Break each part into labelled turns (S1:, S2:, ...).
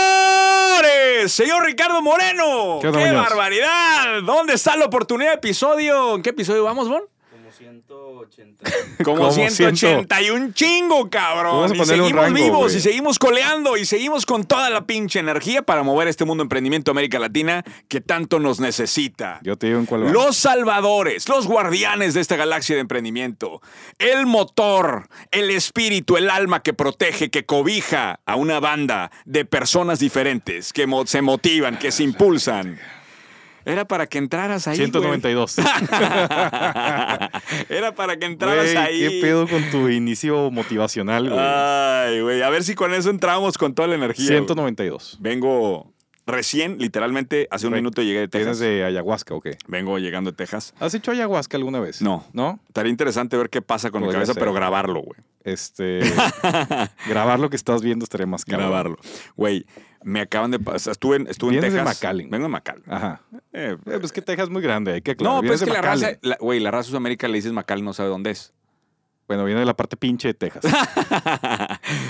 S1: ¡Emprendedores! Señor Ricardo Moreno.
S2: ¿Qué onda, Muñoz?
S1: barbaridad! ¿Dónde está la oportunidad de episodio? ¿En qué episodio vamos, Bon?
S3: Como 180.
S1: Como,
S2: Como
S1: 180 y un chingo, cabrón.
S2: Vamos a
S1: y
S2: ponerle un
S1: seguimos
S2: rango,
S1: vivos
S2: güey.
S1: y seguimos coleando y seguimos con toda la pinche energía para mover este mundo emprendimiento América Latina que tanto nos necesita.
S2: Yo te digo en cuál va.
S1: Los salvadores, los guardianes de esta galaxia de emprendimiento, el motor, el espíritu, el alma que protege, que cobija a una banda de personas diferentes que mo- se motivan, que se impulsan. Era para que entraras ahí. güey.
S2: 192.
S1: Era para que entraras
S2: Güey,
S1: ahí.
S2: ¿Qué pedo con tu inicio motivacional, güey?
S1: Ay, güey, a ver si con eso entramos con toda la energía. güey.
S2: 192.
S1: Vengo recién, literalmente, hace un
S2: Güey,
S1: minuto llegué de
S2: ¿Tienes
S1: Texas.
S2: de ayahuasca o qué?
S1: Vengo llegando de Texas.
S2: ¿Has hecho ayahuasca alguna vez?
S1: No.
S2: ¿No?
S1: Estaría interesante ver qué pasa con mi
S2: Podría
S1: cabeza,
S2: ser.
S1: pero grabarlo, güey.
S2: Este. grabar lo que estás viendo estaría más caro.
S1: Grabarlo. Güey, me acaban de pasar. Estuve en, estuve en
S2: Vienes
S1: Texas.
S2: de McAllen.
S1: Vengo de McAllen.
S2: Ajá.
S1: Eh,
S2: Eh, pues que Texas es muy grande, hay que aclarar.
S1: no, pero
S2: Vienes
S1: es que
S2: de
S1: la
S2: McAllen.
S1: raza, la- güey, la raza de América le dices McAllen, no sabe dónde es.
S2: Bueno, viene de la parte pinche de Texas.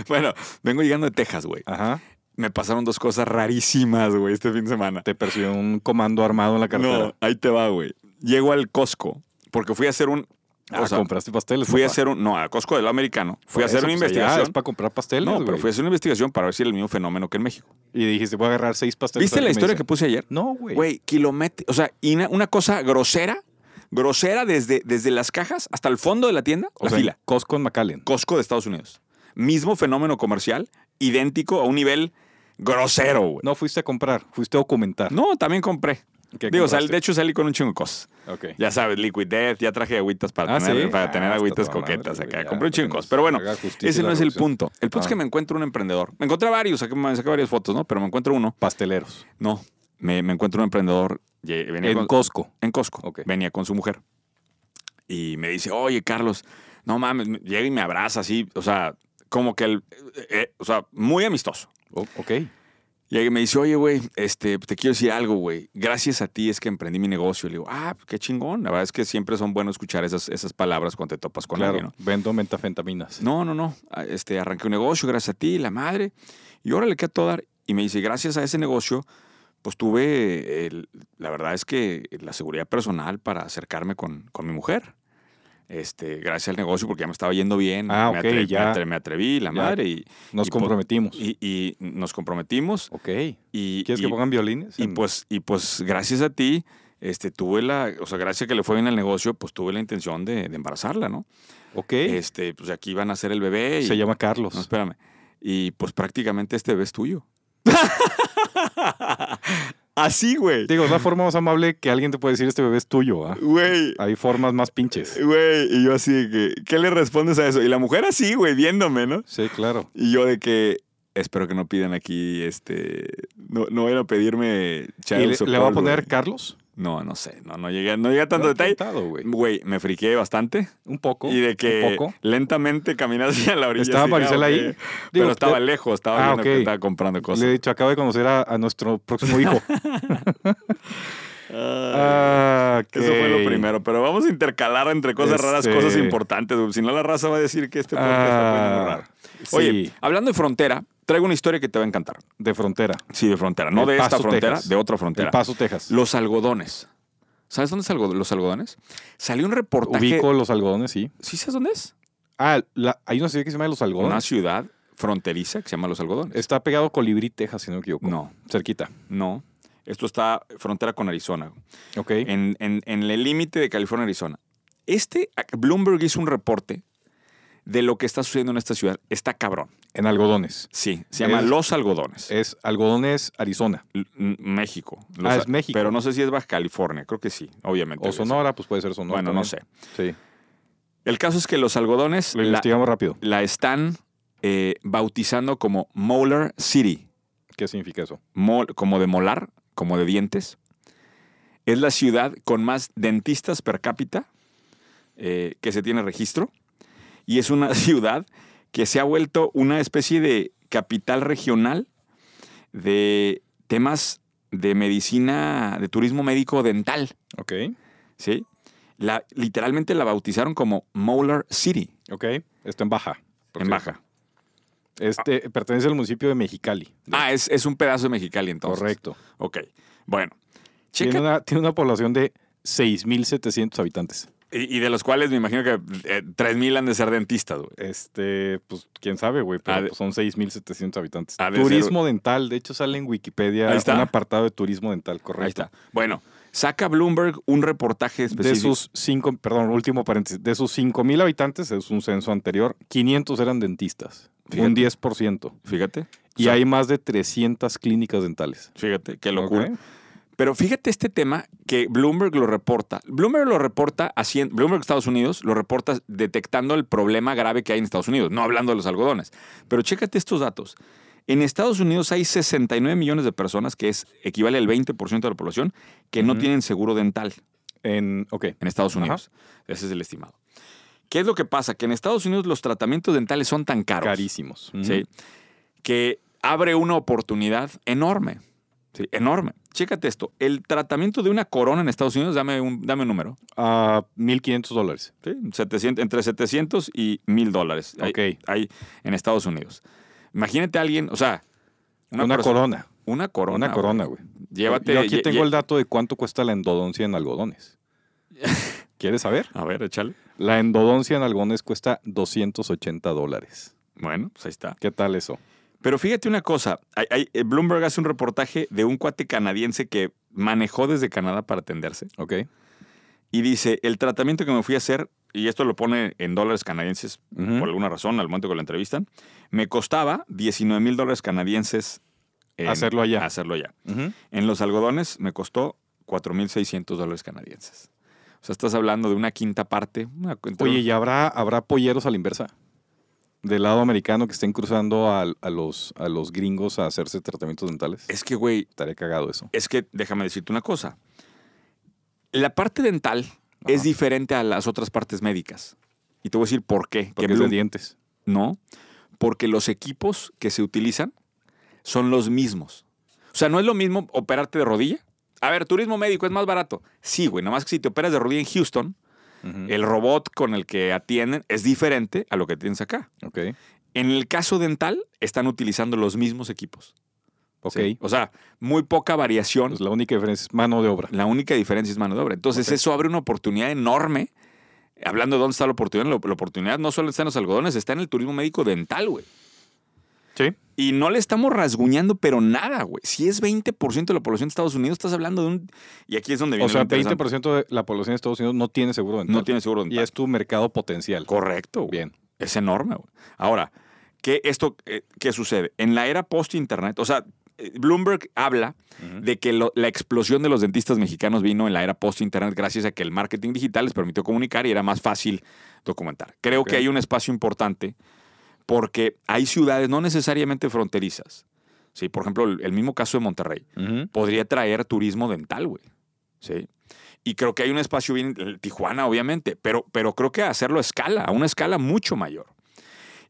S1: bueno, vengo llegando de Texas, güey.
S2: Ajá.
S1: Me pasaron dos cosas rarísimas, güey, este fin de semana.
S2: Te persiguió un comando armado en la carretera.
S1: No, ahí te va, güey. Llego al Costco, porque fui a hacer un...
S2: Ah,
S1: o sea,
S2: compraste pasteles.
S1: fui a
S2: papá.
S1: hacer un... No, al Costco del americano. Fui
S2: Por
S1: a hacer
S2: eso,
S1: una
S2: pues, allá
S1: investigación.
S2: Es para comprar pasteles.
S1: no, pero
S2: güey.
S1: fui a hacer una investigación para ver si era el mismo fenómeno que en México.
S2: Y dijiste, voy a agarrar seis pasteles.
S1: ¿Viste
S2: a ver
S1: la
S2: qué me
S1: historia que
S2: dicen.
S1: puse ayer?
S2: No, güey.
S1: Güey, kilómetros. O sea, y una, una cosa grosera, grosera desde, desde las cajas hasta el fondo de la tienda,
S2: O
S1: la
S2: sea,
S1: fila.
S2: Costco en McAllen.
S1: Costco de Estados Unidos. Mismo fenómeno comercial, idéntico a un nivel grosero, güey.
S2: No fuiste a comprar, fuiste a documentar.
S1: No, también compré.
S2: ¿Qué
S1: Digo, sal-
S2: compraste?
S1: de hecho salí con un chingo de cosas.
S2: Ok.
S1: Ya sabes, Liquid Death, ya traje agüitas para
S2: Ah,
S1: tener,
S2: ¿sí?
S1: para
S2: Ah,
S1: tener
S2: está
S1: agüitas
S2: toda madre,
S1: coquetas
S2: güey,
S1: acá.
S2: ya,
S1: Compré un
S2: para que
S1: chingo de
S2: nos
S1: cosas. Pero bueno,
S2: haga justicia
S1: ese
S2: la
S1: no es el
S2: producción.
S1: punto. El punto es
S2: Ah.
S1: que me encuentro un emprendedor. Me encontré varios, saqué, me saqué varias fotos, ¿no? Pero me encuentro uno.
S2: Pasteleros.
S1: No, me, me encuentro un emprendedor. ye- venía
S2: En
S1: con-
S2: Costco.
S1: en Costco.
S2: Ok.
S1: Venía con su mujer. Y me dice, oye, Carlos, no mames, me- llega y me abraza así, o sea, como que el, eh, eh, o sea, muy amistoso.
S2: O- ok.
S1: Llega y me dice, oye, güey, este, te quiero decir algo, güey. Gracias a ti es que emprendí mi negocio. Le digo, ah, qué chingón. La verdad es que siempre son buenos escuchar esas, esas palabras cuando te topas con
S2: claro.
S1: alguien, ¿no?
S2: Vendo metafentaminas.
S1: No, no, no. Ah, Este, arranqué un negocio gracias a ti, la madre. Y ahora le queda todo dar. Y me dice, gracias a ese negocio, pues tuve, el- la verdad es que la seguridad personal para acercarme con, con mi mujer. Este, gracias al negocio porque ya me estaba yendo bien.
S2: Ah,
S1: me,
S2: ok,
S1: atre- me
S2: ya.
S1: atre- me atreví, la
S2: Ya.
S1: madre. Y,
S2: Nos
S1: y po-
S2: comprometimos.
S1: y, y nos comprometimos.
S2: ok.
S1: Y,
S2: ¿Quieres
S1: y-
S2: que pongan violines?
S1: y
S2: en-
S1: pues, y pues gracias a ti, este, tuve la, o sea, gracias a que le fue bien al negocio, pues tuve la intención de, de embarazarla, ¿no?
S2: Ok.
S1: Este, pues aquí van a ser el bebé. y-
S2: Se llama Carlos.
S1: no, espérame. Y pues prácticamente este bebé es tuyo. Así, güey.
S2: Digo, es la forma más amable que alguien te puede decir este bebé es tuyo. ¿ah?
S1: Güey.
S2: Hay formas más pinches.
S1: Güey. Y yo así de que, ¿qué le respondes a eso? Y la mujer así, güey, viéndome, ¿no?
S2: Sí, claro.
S1: Y yo de que, espero que no pidan aquí, este, no, no van a pedirme
S2: ¿Y
S1: child
S2: le, le va a
S1: support,
S2: poner
S1: güey.
S2: Carlos?
S1: No, no sé, no, no llegué, no llegué a tanto
S2: Lo he
S1: detalle.
S2: contado, güey.
S1: Güey, me friqué bastante.
S2: Un poco.
S1: Y de
S2: Un
S1: que
S2: poco.
S1: lentamente caminé hacia la orilla.
S2: ¿Estaba
S1: así,
S2: Marisela
S1: ah,
S2: ahí?
S1: ok.
S2: Digo,
S1: Pero estaba
S2: le-
S1: lejos, estaba
S2: Ah,
S1: viendo
S2: ok.
S1: que estaba comprando cosas.
S2: Le he dicho, acabo de conocer a, a nuestro próximo hijo.
S1: Ah.
S2: ah,
S1: Que Eso fue
S2: ok.
S1: lo primero, pero vamos a intercalar entre cosas raras,
S2: Este-
S1: cosas importantes. güey. Si no, la raza va a decir que este podcast está poniendo
S2: Ah,
S1: raro.
S2: sí,
S1: Oye, hablando de frontera, traigo una historia que te va a encantar.
S2: de frontera.
S1: Sí, de frontera, no
S2: El
S1: de esta
S2: Paso,
S1: frontera,
S2: Texas.
S1: de otra
S2: El
S1: frontera.
S2: Paso, Texas.
S1: Los algodones. ¿Sabes dónde están los algodones? Salió un reportaje.
S2: Ubico los algodones, sí.
S1: ¿Sí sabes dónde es?
S2: Ah, la- hay una ciudad que se llama Los
S1: Una
S2: Algodones.
S1: ciudad fronteriza que se llama Los Algodones.
S2: Está pegado a Colibrí, Texas, si no me equivoco.
S1: No,
S2: Cerquita.
S1: no. Esto está frontera con Arizona.
S2: Ok.
S1: en, en- en el límite de California, Arizona. Este, Bloomberg hizo un reporte de lo que está sucediendo en esta ciudad. Está cabrón.
S2: En algodones.
S1: Sí, se llama
S2: Es-
S1: Los Algodones.
S2: Es Algodones, Arizona.
S1: L- N- México.
S2: Ah, es México.
S1: Pero no sé si es Baja California, creo que sí, obviamente.
S2: O Sonora, pues puede ser Sonora.
S1: Bueno, no
S2: también.
S1: sé.
S2: Sí.
S1: El caso es que los algodones
S2: Lo
S1: la,
S2: investigamos rápido.
S1: la están eh, bautizando como Molar City.
S2: ¿Qué significa eso?
S1: Mol- como de molar, como de dientes. Es la ciudad con más dentistas per cápita eh, que se tiene registro. Y es una ciudad que se ha vuelto una especie de capital regional de temas de medicina, de turismo médico dental.
S2: Ok.
S1: ¿sí? La, literalmente la bautizaron como Molar City,
S2: Ok. Está en baja. por
S1: en
S2: cierto.
S1: baja.
S2: Este pertenece al municipio de Mexicali.
S1: Ah, es, es un pedazo de Mexicali entonces.
S2: Correcto.
S1: Ok. Bueno. Checa,
S2: Tiene una, tiene una población de 6.700 habitantes.
S1: y, y de los cuales me imagino que eh, 3.000 han de ser dentistas, güey.
S2: Este, pues quién sabe, güey,
S1: Ha
S2: pero
S1: de-
S2: pues, son 6.700 habitantes.
S1: Ha de ser-
S2: Turismo dental, de hecho sale en Wikipedia
S1: Ahí está.
S2: un apartado de turismo dental, correcto.
S1: Ahí está. Bueno, saca Bloomberg un reportaje
S2: De
S1: específico.
S2: sus cinco, perdón, último paréntesis, de sus 5.000 habitantes, es un censo anterior, 500 eran dentistas,
S1: Fíjate.
S2: un 10%.
S1: Fíjate.
S2: Y hay más de 300 clínicas dentales.
S1: Fíjate, qué locura.
S2: Ok.
S1: Pero fíjate este tema que Bloomberg lo reporta. Bloomberg lo reporta haciendo, Bloomberg Estados Unidos lo reporta detectando el problema grave que hay en Estados Unidos, no hablando de los algodones. Pero chécate estos datos. En Estados Unidos hay 69 millones de personas, que es equivale al 20% de la población, que no
S2: Ujú.
S1: tienen seguro dental
S2: En, ok,
S1: en Estados
S2: Ajá.
S1: Unidos. Ese es el estimado. ¿Qué es lo que pasa? Que en Estados Unidos los tratamientos dentales son tan caros.
S2: carísimos. Ujú.
S1: ¿sí? que abre una oportunidad enorme. ¿sí? Enorme. Chécate esto. El tratamiento de una corona en Estados Unidos, dame un, dame un número.
S2: A 1.500 dólares.
S1: ¿sí? 700, entre 700 y 1000 dólares. Hay-
S2: Ok.
S1: hay en Estados Unidos. Imagínate a alguien, o sea,
S2: Una,
S1: persona-
S2: corona.
S1: Una corona.
S2: Una corona, güey.
S1: güey. Llévate.
S2: Yo aquí
S1: lle-
S2: tengo
S1: lle-
S2: el dato de cuánto cuesta la endodoncia en algodones. ¿Quieres saber?
S1: A ver, échale.
S2: La endodoncia en algodones cuesta 280 dólares.
S1: Bueno, pues ahí está.
S2: ¿Qué tal eso?
S1: Pero fíjate una cosa. hay- hay- eh, Bloomberg hace un reportaje de un cuate canadiense que manejó desde Canadá para atenderse.
S2: Ok.
S1: y dice, el tratamiento que me fui a hacer, y esto lo pone en dólares canadienses
S2: Ujú.
S1: por alguna razón al momento que lo entrevistan, me costaba 19 mil dólares canadienses en-
S2: Hacerlo allá.
S1: hacerlo allá.
S2: Ujú.
S1: En los algodones me costó 4.600 dólares canadienses. O sea, estás hablando de una quinta parte. una- entre-
S2: Oye, ¿y habrá, habrá polleros a la inversa? Del lado americano que estén cruzando al- a, los, a los gringos a hacerse tratamientos dentales.
S1: Es que, güey,
S2: Estaré cagado eso.
S1: es que déjame decirte una cosa. La parte dental es
S2: Ajá.
S1: diferente a las otras partes médicas. Y te voy a decir por qué.
S2: Porque es de
S1: Bloom-
S2: dientes.
S1: No, porque los equipos que se utilizan son los mismos. O sea, no es lo mismo operarte de rodilla. A ver, turismo médico es más barato. Sí, güey, nomás que si te operas de rodilla en Houston,
S2: Ujú.
S1: el robot con el que atienden es diferente a lo que tienes acá.
S2: Ok.
S1: En el caso dental, están utilizando los mismos equipos.
S2: Ok.
S1: ¿sí? O sea, muy poca variación.
S2: Pues la única diferencia es mano de obra.
S1: La única diferencia es mano de obra. Entonces,
S2: Ok.
S1: eso abre una oportunidad enorme. Hablando de dónde está la oportunidad, la la oportunidad no solo está en los algodones, está en el turismo médico dental, güey.
S2: Sí.
S1: Y no le estamos rasguñando, pero nada, güey. Si es 20% de la población de Estados Unidos, estás hablando de un... Y aquí es donde viene
S2: O sea,
S1: lo interesante.
S2: 20% de la población de Estados Unidos no tiene seguro dental.
S1: No tiene seguro
S2: Y
S1: dental.
S2: es tu mercado potencial.
S1: Correcto, güey.
S2: Bien.
S1: Es enorme, güey. Ahora, ¿qué, esto, eh, ¿qué sucede? En la era post-internet, o sea, eh, Bloomberg habla de que lo- la explosión de los dentistas mexicanos vino en la era post-internet gracias a que el marketing digital les permitió comunicar y era más fácil documentar. Creo
S2: Ok.
S1: que hay un espacio importante porque hay ciudades no necesariamente fronterizas. Sí, por ejemplo, el- el mismo caso de Monterrey.
S2: Ujú.
S1: podría traer turismo dental, güey. Sí. Y creo que hay un espacio bien, el Tijuana, obviamente, pero, pero creo que hacerlo a escala, a una escala mucho mayor.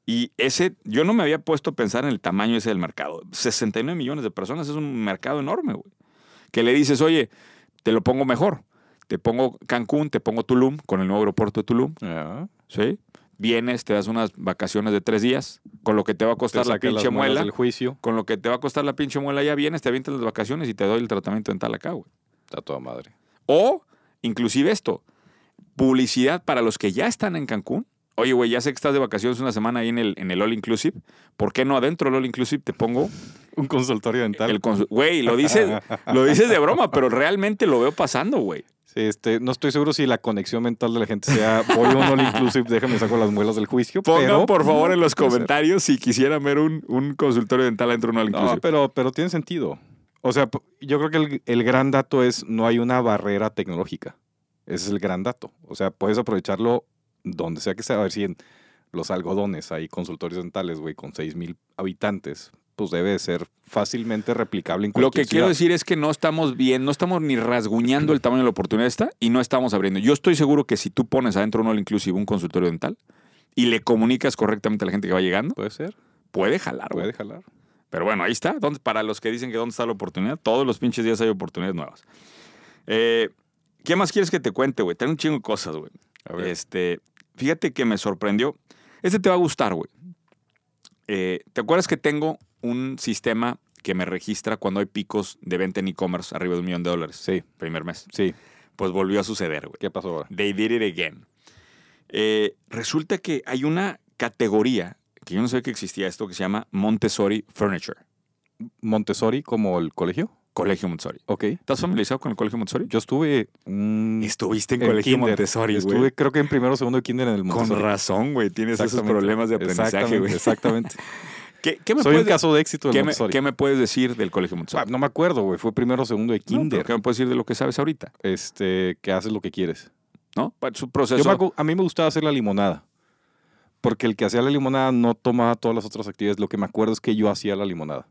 S1: Y ese, yo no me había puesto a pensar en el tamaño ese del mercado. 69 millones de personas es un mercado enorme, güey. Que le dices, oye, te lo pongo mejor. Te pongo Cancún, te pongo Tulum, con el nuevo aeropuerto de Tulum,
S2: Ah.
S1: ¿sí? Vienes, te das unas vacaciones de tres días, con lo que te va a
S2: Te
S1: costar la
S2: saca las
S1: pinche
S2: muelas
S1: muela
S2: del juicio.
S1: con lo que te va a costar la pinche muela, ya vienes, te avientas las vacaciones y te doy el tratamiento dental acá, güey.
S2: Está toda madre.
S1: O, inclusive esto, publicidad para los que ya están en Cancún. Oye, güey, ya sé que estás de vacaciones una semana ahí en el, en el All Inclusive. ¿Por qué no adentro del All Inclusive te pongo
S2: Un consultorio dental.
S1: el consu- Güey, lo dices, lo dices de broma, pero realmente lo veo pasando, güey.
S2: Sí, este, no estoy seguro si la conexión mental de la gente sea voy a un all inclusive, déjame saco las muelas del juicio.
S1: Pongan,
S2: pero,
S1: por favor, en los
S2: puede ser.
S1: comentarios si quisieran ver un, un consultorio dental adentro de un All
S2: No,
S1: Inclusive.
S2: pero, pero tiene sentido. O sea, p- yo creo que el, el gran dato es no hay una barrera tecnológica. Ese es el gran dato. O sea, puedes aprovecharlo donde sea que sea. A ver si en los algodones hay consultorios dentales, güey, con 6.000 habitantes. Pues debe de ser fácilmente replicable en
S1: Lo
S2: cualquier
S1: que quiero
S2: ciudad.
S1: decir es que no estamos bien, no estamos ni rasguñando el tamaño de la oportunidad esta y no estamos abriendo. Yo estoy seguro que si tú pones adentro un all inclusive un consultorio dental y le comunicas correctamente a la gente que va llegando,
S2: Puede ser,
S1: puede jalar. güey.
S2: puede jalar.
S1: Pero bueno, ahí está. ¿Dónde- para los que dicen que dónde está la oportunidad, todos los pinches días hay oportunidades nuevas. Eh, ¿Qué más quieres que te cuente, güey? Tengo un chingo de cosas, güey.
S2: A ver.
S1: Este, fíjate que me sorprendió. Este te va a gustar, güey. eh, ¿te acuerdas que tengo un sistema que me registra cuando hay picos de venta en e-commerce arriba de un millón de dólares?
S2: Sí.
S1: Primer mes.
S2: Sí.
S1: Pues volvió a suceder, güey.
S2: ¿Qué pasó ahora?
S1: They did it again. Eh, resulta que hay una categoría que yo no sabía que existía esto que se llama Montessori Furniture.
S2: Montessori como el colegio.
S1: Colegio Montessori.
S2: Ok.
S1: ¿Estás familiarizado con el Colegio Montessori?
S2: Yo estuve. mm,
S1: Estuviste en
S2: en
S1: Colegio
S2: kinder.
S1: Montessori,
S2: Estuve,
S1: güey.
S2: creo que en primero o segundo de kinder en el
S1: Con
S2: Montessori.
S1: razón, güey. Tienes esos
S2: Exactamente.
S1: problemas de aprendizaje, güey.
S2: Exactamente. exactamente.
S1: ¿Qué, qué me
S2: Soy un
S1: puedes-
S2: caso de éxito del
S1: qué me-
S2: Montessori.
S1: qué me puedes decir del Colegio Montessori?
S2: Ah, no me acuerdo, güey. Fue primero o segundo de
S1: No,
S2: kinder.
S1: pero ¿Qué me puedes decir de lo que sabes ahorita?
S2: Este, que haces lo que quieres.
S1: ¿No? Pa- Su
S2: Yo
S1: proceso.
S2: me acu- a mí me gustaba hacer la limonada. Porque el que hacía la limonada no tomaba todas las otras actividades. Lo que me acuerdo es que yo hacía la limonada.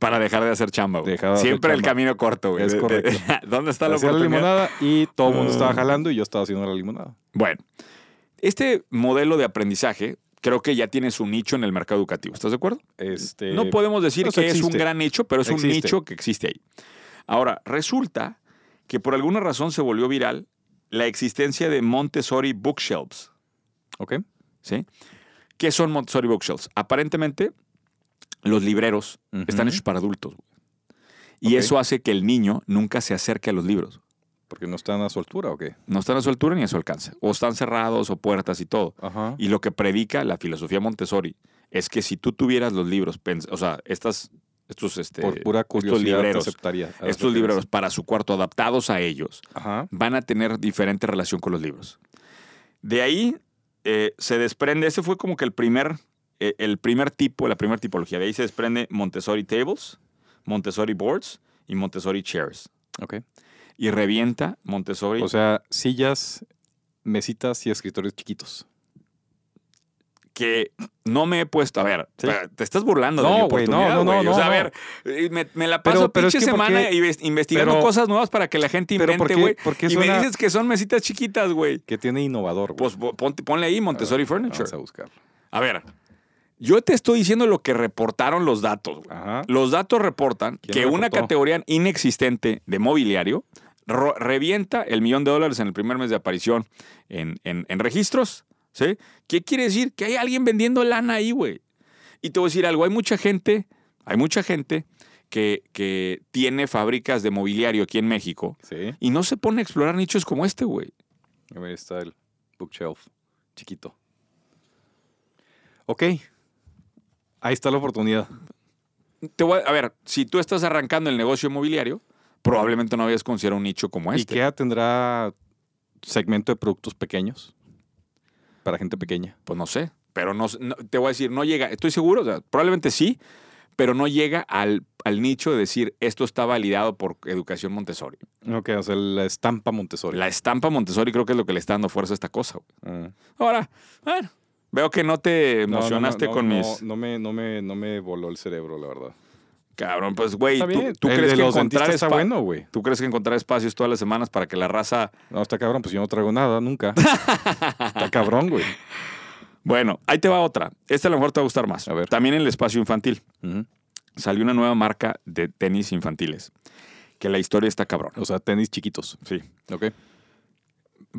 S1: Para dejar de hacer chamba, güey.
S2: Dejaba de hacer
S1: Siempre el
S2: chamba.
S1: camino corto, güey.
S2: Es
S1: De- de-
S2: correcto.
S1: ¿Dónde está la
S2: Hacía la
S1: oportunidad?
S2: limonada y todo el mundo estaba
S1: Ah.
S2: jalando y yo estaba haciendo la limonada.
S1: Bueno, este modelo de aprendizaje creo que ya tiene su nicho en el mercado educativo. ¿Estás de acuerdo?
S2: Este,
S1: no podemos decir
S2: o
S1: que
S2: sea,
S1: es un
S2: existe.
S1: gran nicho, pero es un
S2: Existe.
S1: nicho que existe ahí. Ahora, resulta que por alguna razón se volvió viral la existencia de Montessori Bookshelves.
S2: Ok.
S1: ¿sí? ¿Qué son Montessori Bookshelves? Aparentemente, los libreros
S2: Ujú.
S1: están hechos para adultos. güey. Y
S2: Ok.
S1: eso hace que el niño nunca se acerque a los libros.
S2: Porque no están a su altura o qué.
S1: No están a su altura ni a su alcance. O están cerrados o puertas y todo.
S2: Ajá.
S1: Y lo que predica la filosofía Montessori es que si tú tuvieras los libros, pens- o sea, estas, estos, este,
S2: Por pura
S1: estos
S2: curiosidad te
S1: libreros,
S2: aceptaría.
S1: estos libreros para su cuarto adaptados a ellos,
S2: Ajá.
S1: van a tener diferente relación con los libros. De ahí eh, se desprende, ese fue como que el primer, eh, el primer tipo, la primera tipología. De ahí se desprende Montessori Tables, Montessori Boards y Montessori Chairs.
S2: Ok.
S1: Y revienta Montessori.
S2: O sea, sillas, mesitas y escritorios chiquitos.
S1: que no me he puesto. A ver,
S2: Sí.
S1: pa- te estás burlando de
S2: No,
S1: mi
S2: güey, no,
S1: oportunidad,
S2: no, no,
S1: güey. O
S2: no,
S1: sea, a
S2: no.
S1: ver, eh, me, me la
S2: Pero-
S1: paso
S2: pero es
S1: pinche
S2: que ¿por
S1: semana
S2: qué?
S1: inves- investigando
S2: Pero-
S1: cosas nuevas para que la gente
S2: Pero ¿por
S1: invente,
S2: qué-
S1: güey.
S2: por qué
S1: Y me
S2: suena-
S1: dices que son mesitas chiquitas, güey.
S2: Que tiene innovador. güey?
S1: Pues po- ponte- ponle ahí Montessori Furniture.
S2: Ah, Vamos a buscarlo.
S1: A ver, yo te estoy diciendo lo que reportaron los datos. güey.
S2: Ajá.
S1: Los datos reportan
S2: ¿Quién
S1: que una
S2: reportó?
S1: categoría inexistente de mobiliario ro- revienta el millón de dólares en el primer mes de aparición en, en- en registros. ¿sí? ¿Qué quiere decir? Que hay alguien vendiendo lana ahí, güey. Y te voy a decir algo, hay mucha gente, hay mucha gente que, que tiene fábricas de mobiliario aquí en México
S2: Sí.
S1: y no se pone a explorar nichos como este, güey.
S2: A ver, está el bookshelf chiquito. Ok. Ahí está la oportunidad.
S1: Te voy a, a ver, si tú estás arrancando el negocio inmobiliario, probablemente no habías considerado un nicho como
S2: ¿Y
S1: este.
S2: qué tendrá segmento de productos pequeños? Para gente pequeña.
S1: Pues no sé, pero no, no- te voy a decir, no llega, estoy seguro, o sea, probablemente sí, pero no llega al, al nicho de decir esto está validado por educación Montessori.
S2: Ok, o sea, la estampa Montessori.
S1: La estampa Montessori creo que es lo que le está dando fuerza a esta cosa. güey.
S2: Ah.
S1: Ahora, bueno, veo que no te
S2: No, no, no,
S1: emocionaste
S2: no,
S1: con
S2: no,
S1: mis...
S2: No me, no, me, no me voló el cerebro, la verdad.
S1: Cabrón, pues güey,
S2: Está
S1: ¿tú,
S2: bien.
S1: tú
S2: El
S1: crees
S2: de
S1: que
S2: los
S1: encontrar
S2: dentistas está
S1: espa-
S2: bueno, güey.
S1: ¿Tú crees que encontrar espacios todas las semanas para que la raza...
S2: No, está cabrón, pues yo no traigo nada nunca. está cabrón, güey.
S1: Bueno, ahí te va otra. Esta a lo mejor te va a gustar más.
S2: A ver.
S1: También en el espacio infantil.
S2: Ujú.
S1: salió una nueva marca de tenis infantiles. Que la historia está cabrón.
S2: O sea, tenis chiquitos.
S1: Sí.
S2: Ok.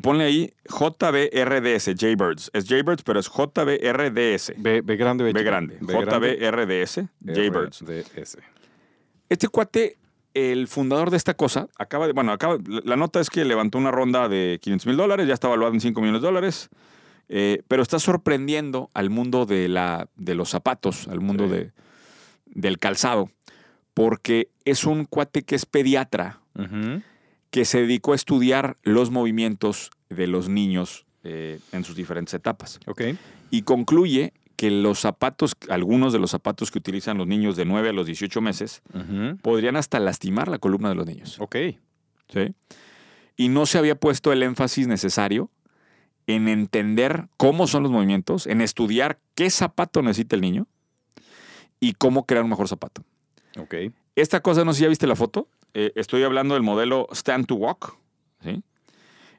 S1: Ponle ahí JBRDS, Jaybirds. Es Jaybirds, pero es JBRDS.
S2: B, B grande, B,
S1: B
S2: chiquito.
S1: grande.
S2: B grande,
S1: JBRDS, Jaybirds.
S2: RDS.
S1: Este cuate, el fundador de esta cosa, acaba de. Bueno, acaba. La la nota es que levantó una ronda de 500 mil dólares, ya está valuado en 5 millones de dólares. eh, pero está sorprendiendo al mundo de, la, de los zapatos, al mundo
S2: Sí.
S1: de, del calzado, porque es un cuate que es pediatra,
S2: Ujú.
S1: que se dedicó a estudiar los movimientos de los niños eh, en sus diferentes etapas.
S2: Ok.
S1: Y concluye que los zapatos, algunos de los zapatos que utilizan los niños de 9 a los 18 meses,
S2: Ujú.
S1: podrían hasta lastimar la columna de los niños.
S2: Ok.
S1: ¿sí? Y no se había puesto el énfasis necesario en entender cómo son los movimientos, en estudiar qué zapato necesita el niño y cómo crear un mejor zapato.
S2: Ok.
S1: Esta cosa, no sé si ya viste la foto. Eh, estoy hablando del modelo Stand to Walk. ¿sí?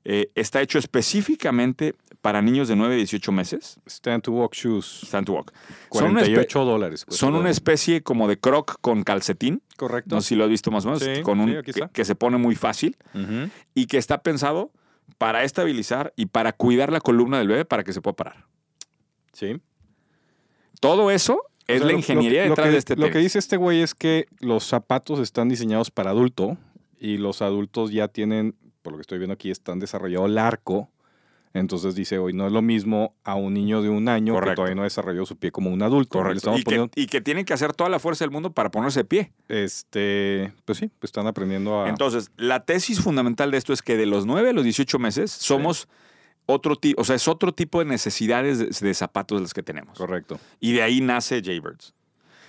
S1: Eh, está hecho específicamente para niños de 9 a 18 meses.
S2: Stand to walk shoes.
S1: Stand to Walk. Son una, espe-
S2: 48 dólares. cuesta
S1: son
S2: la-
S1: una especie como de croc con calcetín.
S2: Correcto.
S1: No sé si lo has visto más o menos.
S2: Sí,
S1: con un,
S2: sí, aquí
S1: que,
S2: está.
S1: que se pone muy fácil
S2: Ujú.
S1: y que está pensado para estabilizar y para cuidar la columna del bebé para que se pueda parar.
S2: Sí.
S1: Todo eso Es
S2: sea,
S1: la
S2: lo-
S1: ingeniería
S2: lo- lo
S1: detrás
S2: que-
S1: de este
S2: Lo que
S1: tenis.
S2: dice este güey es que los zapatos están diseñados para adulto y los adultos ya tienen, por lo que estoy viendo aquí, están desarrollado el arco. Entonces dice, hoy no es lo mismo a un niño de un año
S1: Correcto.
S2: que todavía no desarrolló su pie como un adulto. Le
S1: Correcto.
S2: estamos
S1: Y que,
S2: poniendo,
S1: y que tienen que hacer toda la fuerza del mundo para ponerse de pie.
S2: este, pues sí, pues están aprendiendo a...
S1: Entonces, la tesis fundamental de esto es que de los 9 a los 18 meses somos otro tipo, o sea, es otro tipo de necesidades de, de zapatos las que tenemos.
S2: Correcto.
S1: Y de ahí nace Jaybirds.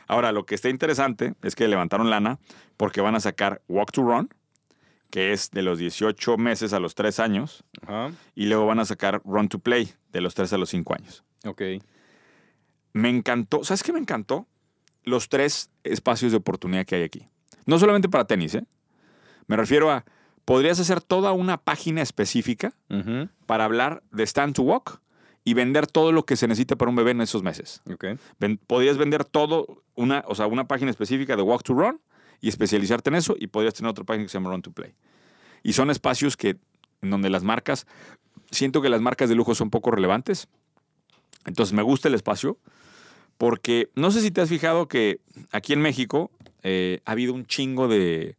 S1: Ahora, lo que está interesante es que levantaron lana porque van a sacar Walk to Run, que es de los 18 meses a los 3 años,
S2: Ajá.
S1: y luego van a sacar Run to Play, de los 3 a los 5 años.
S2: Ok.
S1: Me encantó, ¿sabes qué me encantó? Los tres espacios de oportunidad que hay aquí. No solamente para tenis, ¿eh? Me refiero a, podrías hacer toda una página específica
S2: Ujú.
S1: para hablar de Stand to Walk y vender todo lo que se necesita para un bebé en esos meses.
S2: Ok.
S1: Ven- podías vender todo, una, o sea, una página específica de Walk to Run y especializarte en eso y podrías tener otra página que se llama Run to Play. Y son espacios que, en donde las marcas, siento que las marcas de lujo son poco relevantes. Entonces me gusta el espacio porque no sé si te has fijado que aquí en México eh, ha habido un chingo de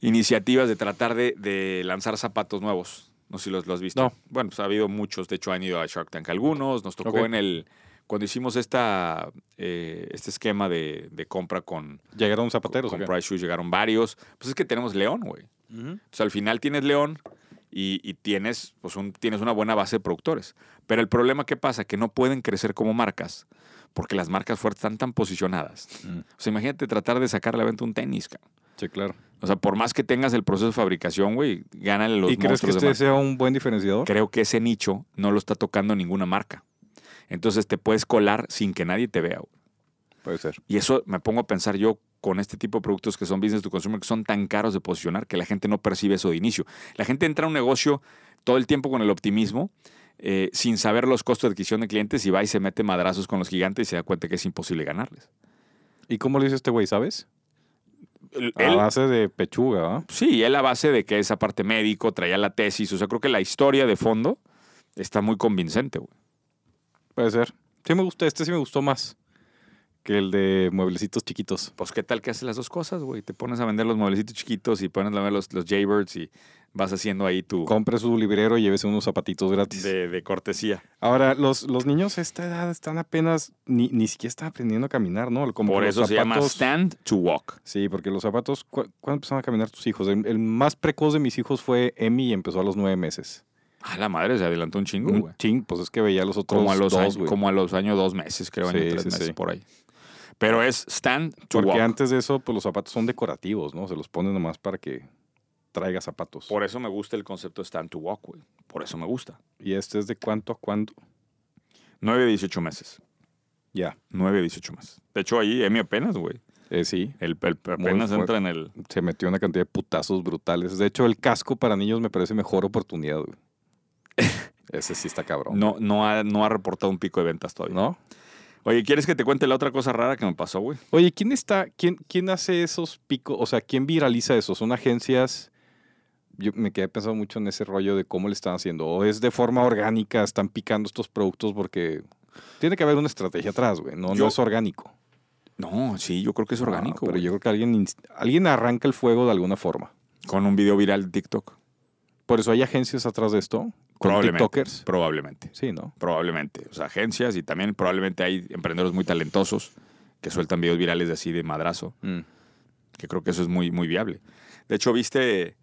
S1: iniciativas de tratar de, de lanzar zapatos nuevos. No sé si los, los has visto.
S2: No.
S1: Bueno, pues ha habido muchos. De hecho, han ido a Shark Tank algunos. Nos tocó
S2: Ok.
S1: en el cuando hicimos esta, eh, este esquema de, de compra con,
S2: Llegaron zapateros.
S1: con
S2: ok.
S1: Price Shoes, llegaron varios. Pues es que tenemos León, güey.
S2: Ujú.
S1: Entonces al final tienes León y, y tienes, pues, un- tienes una buena base de productores. Pero el problema que pasa que no pueden crecer como marcas porque las marcas fuertes están tan posicionadas.
S2: Mm.
S1: O sea, imagínate tratar de sacar a la venta un tenis, cabrón.
S2: Sí, claro.
S1: O sea, por más que tengas el proceso de fabricación, güey, gánale los
S2: ¿Y crees que
S1: monstruos de
S2: este
S1: marca.
S2: sea un buen diferenciador?
S1: Creo que ese nicho no lo está tocando ninguna marca. Entonces te puedes colar sin que nadie te vea. güey.
S2: Puede ser.
S1: Y eso me pongo a pensar yo con este tipo de productos que son business to consumer, que son tan caros de posicionar que la gente no percibe eso de inicio. La gente entra a un negocio todo el tiempo con el optimismo, eh, sin saber los costos de adquisición de clientes y va y se mete madrazos con los gigantes y se da cuenta que es imposible ganarles.
S2: ¿Y cómo lo hizo este güey, sabes?
S1: El-
S2: A
S1: el-
S2: base de pechuga, ¿ah?
S1: sí, él a base de que esa parte médico traía la tesis. O sea, creo que la historia de fondo está muy convincente, güey.
S2: Puede ser. Sí me gusta, este sí me gustó más que el de mueblecitos chiquitos.
S1: Pues qué tal que haces las dos cosas, güey. Te pones a vender los mueblecitos chiquitos y pones a vender los, los Jaybirds y vas haciendo ahí tu...
S2: Compre su librero y llévese unos zapatitos gratis.
S1: De, de cortesía.
S2: Ahora, los, los niños a esta edad están apenas, ni, ni siquiera están aprendiendo a caminar, ¿no? Como
S1: Por
S2: que los
S1: eso se llama
S2: zapatos-
S1: Stand to Walk.
S2: Sí, porque los zapatos, ¿cu- ¿cuándo empezaron a caminar tus hijos? El, el más precoz de mis hijos fue Emi y empezó a los nueve meses.
S1: A la madre, se adelantó un chingo,
S2: Un
S1: güey.
S2: Ching, pues es que veía a los otros
S1: Como a los,
S2: dos,
S1: años,
S2: güey.
S1: como a los años dos meses, creo, año
S2: Sí,
S1: tres
S2: sí,
S1: meses
S2: sí.
S1: por ahí. Pero es Stand to
S2: Porque
S1: Walk.
S2: antes de eso, pues los zapatos son decorativos, ¿no? Se los ponen nomás para que traiga zapatos.
S1: Por eso me gusta el concepto de Stand to Walk, güey. Por eso me gusta.
S2: Y este es de cuánto a cuánto.
S1: 9 a 18 meses.
S2: Ya,
S1: 9 a 18 meses. De hecho, ahí Emi apenas, güey.
S2: eh, sí.
S1: El, el-
S2: Muy
S1: apenas
S2: fuerte.
S1: entra en el...
S2: se metió una cantidad de putazos brutales. De hecho, el casco para niños me parece mejor oportunidad, güey. Ese sí está cabrón.
S1: No, no, ha, no ha reportado un pico de ventas todavía.
S2: ¿No?
S1: Oye, ¿quieres que te cuente la otra cosa rara que me pasó, güey?
S2: Oye, ¿quién está, quién, quién hace esos picos? O sea, ¿quién viraliza eso? ¿Son agencias? Yo me quedé pensando mucho en ese rollo de cómo le están haciendo. ¿O es de forma orgánica? ¿Están picando estos productos? Porque tiene que haber una estrategia atrás, güey. No,
S1: Yo-
S2: no es orgánico.
S1: No, sí, yo creo que es
S2: Ah,
S1: orgánico,
S2: pero
S1: güey.
S2: yo creo que alguien, inst- alguien arranca el fuego de alguna forma.
S1: Con un video viral de TikTok.
S2: Por eso hay agencias atrás de esto. Con
S1: Probablemente.
S2: TikTokers.
S1: Probablemente.
S2: Sí, ¿no?
S1: Probablemente. O sea, agencias y también probablemente hay emprendedores muy talentosos que sueltan videos virales de así de madrazo,
S2: Mm.
S1: que creo que eso es muy, muy viable. De hecho, viste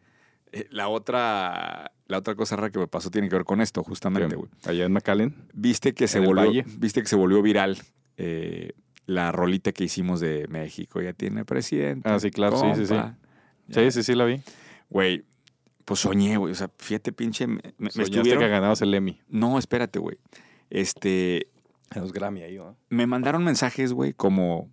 S1: eh, la otra, la otra cosa rara que me pasó tiene que ver con esto, justamente,
S2: Sí.
S1: güey.
S2: Allá en McAllen.
S1: Viste que se
S2: En el
S1: volvió,
S2: valle.
S1: viste que se volvió viral eh, la rolita que hicimos de México. Ya tiene presidente.
S2: Ah, sí, claro, sí, sí, sí.
S1: compa. Ya.
S2: Sí, sí, sí, la vi.
S1: Güey, pues soñé, güey. O sea, fíjate, pinche. Me, me- me
S2: Soñaste que
S1: estuvieron.
S2: ganabas el Emmy.
S1: No, espérate, güey. Este.
S2: Los Grammy ahí, ¿no?
S1: Me mandaron mensajes, güey, como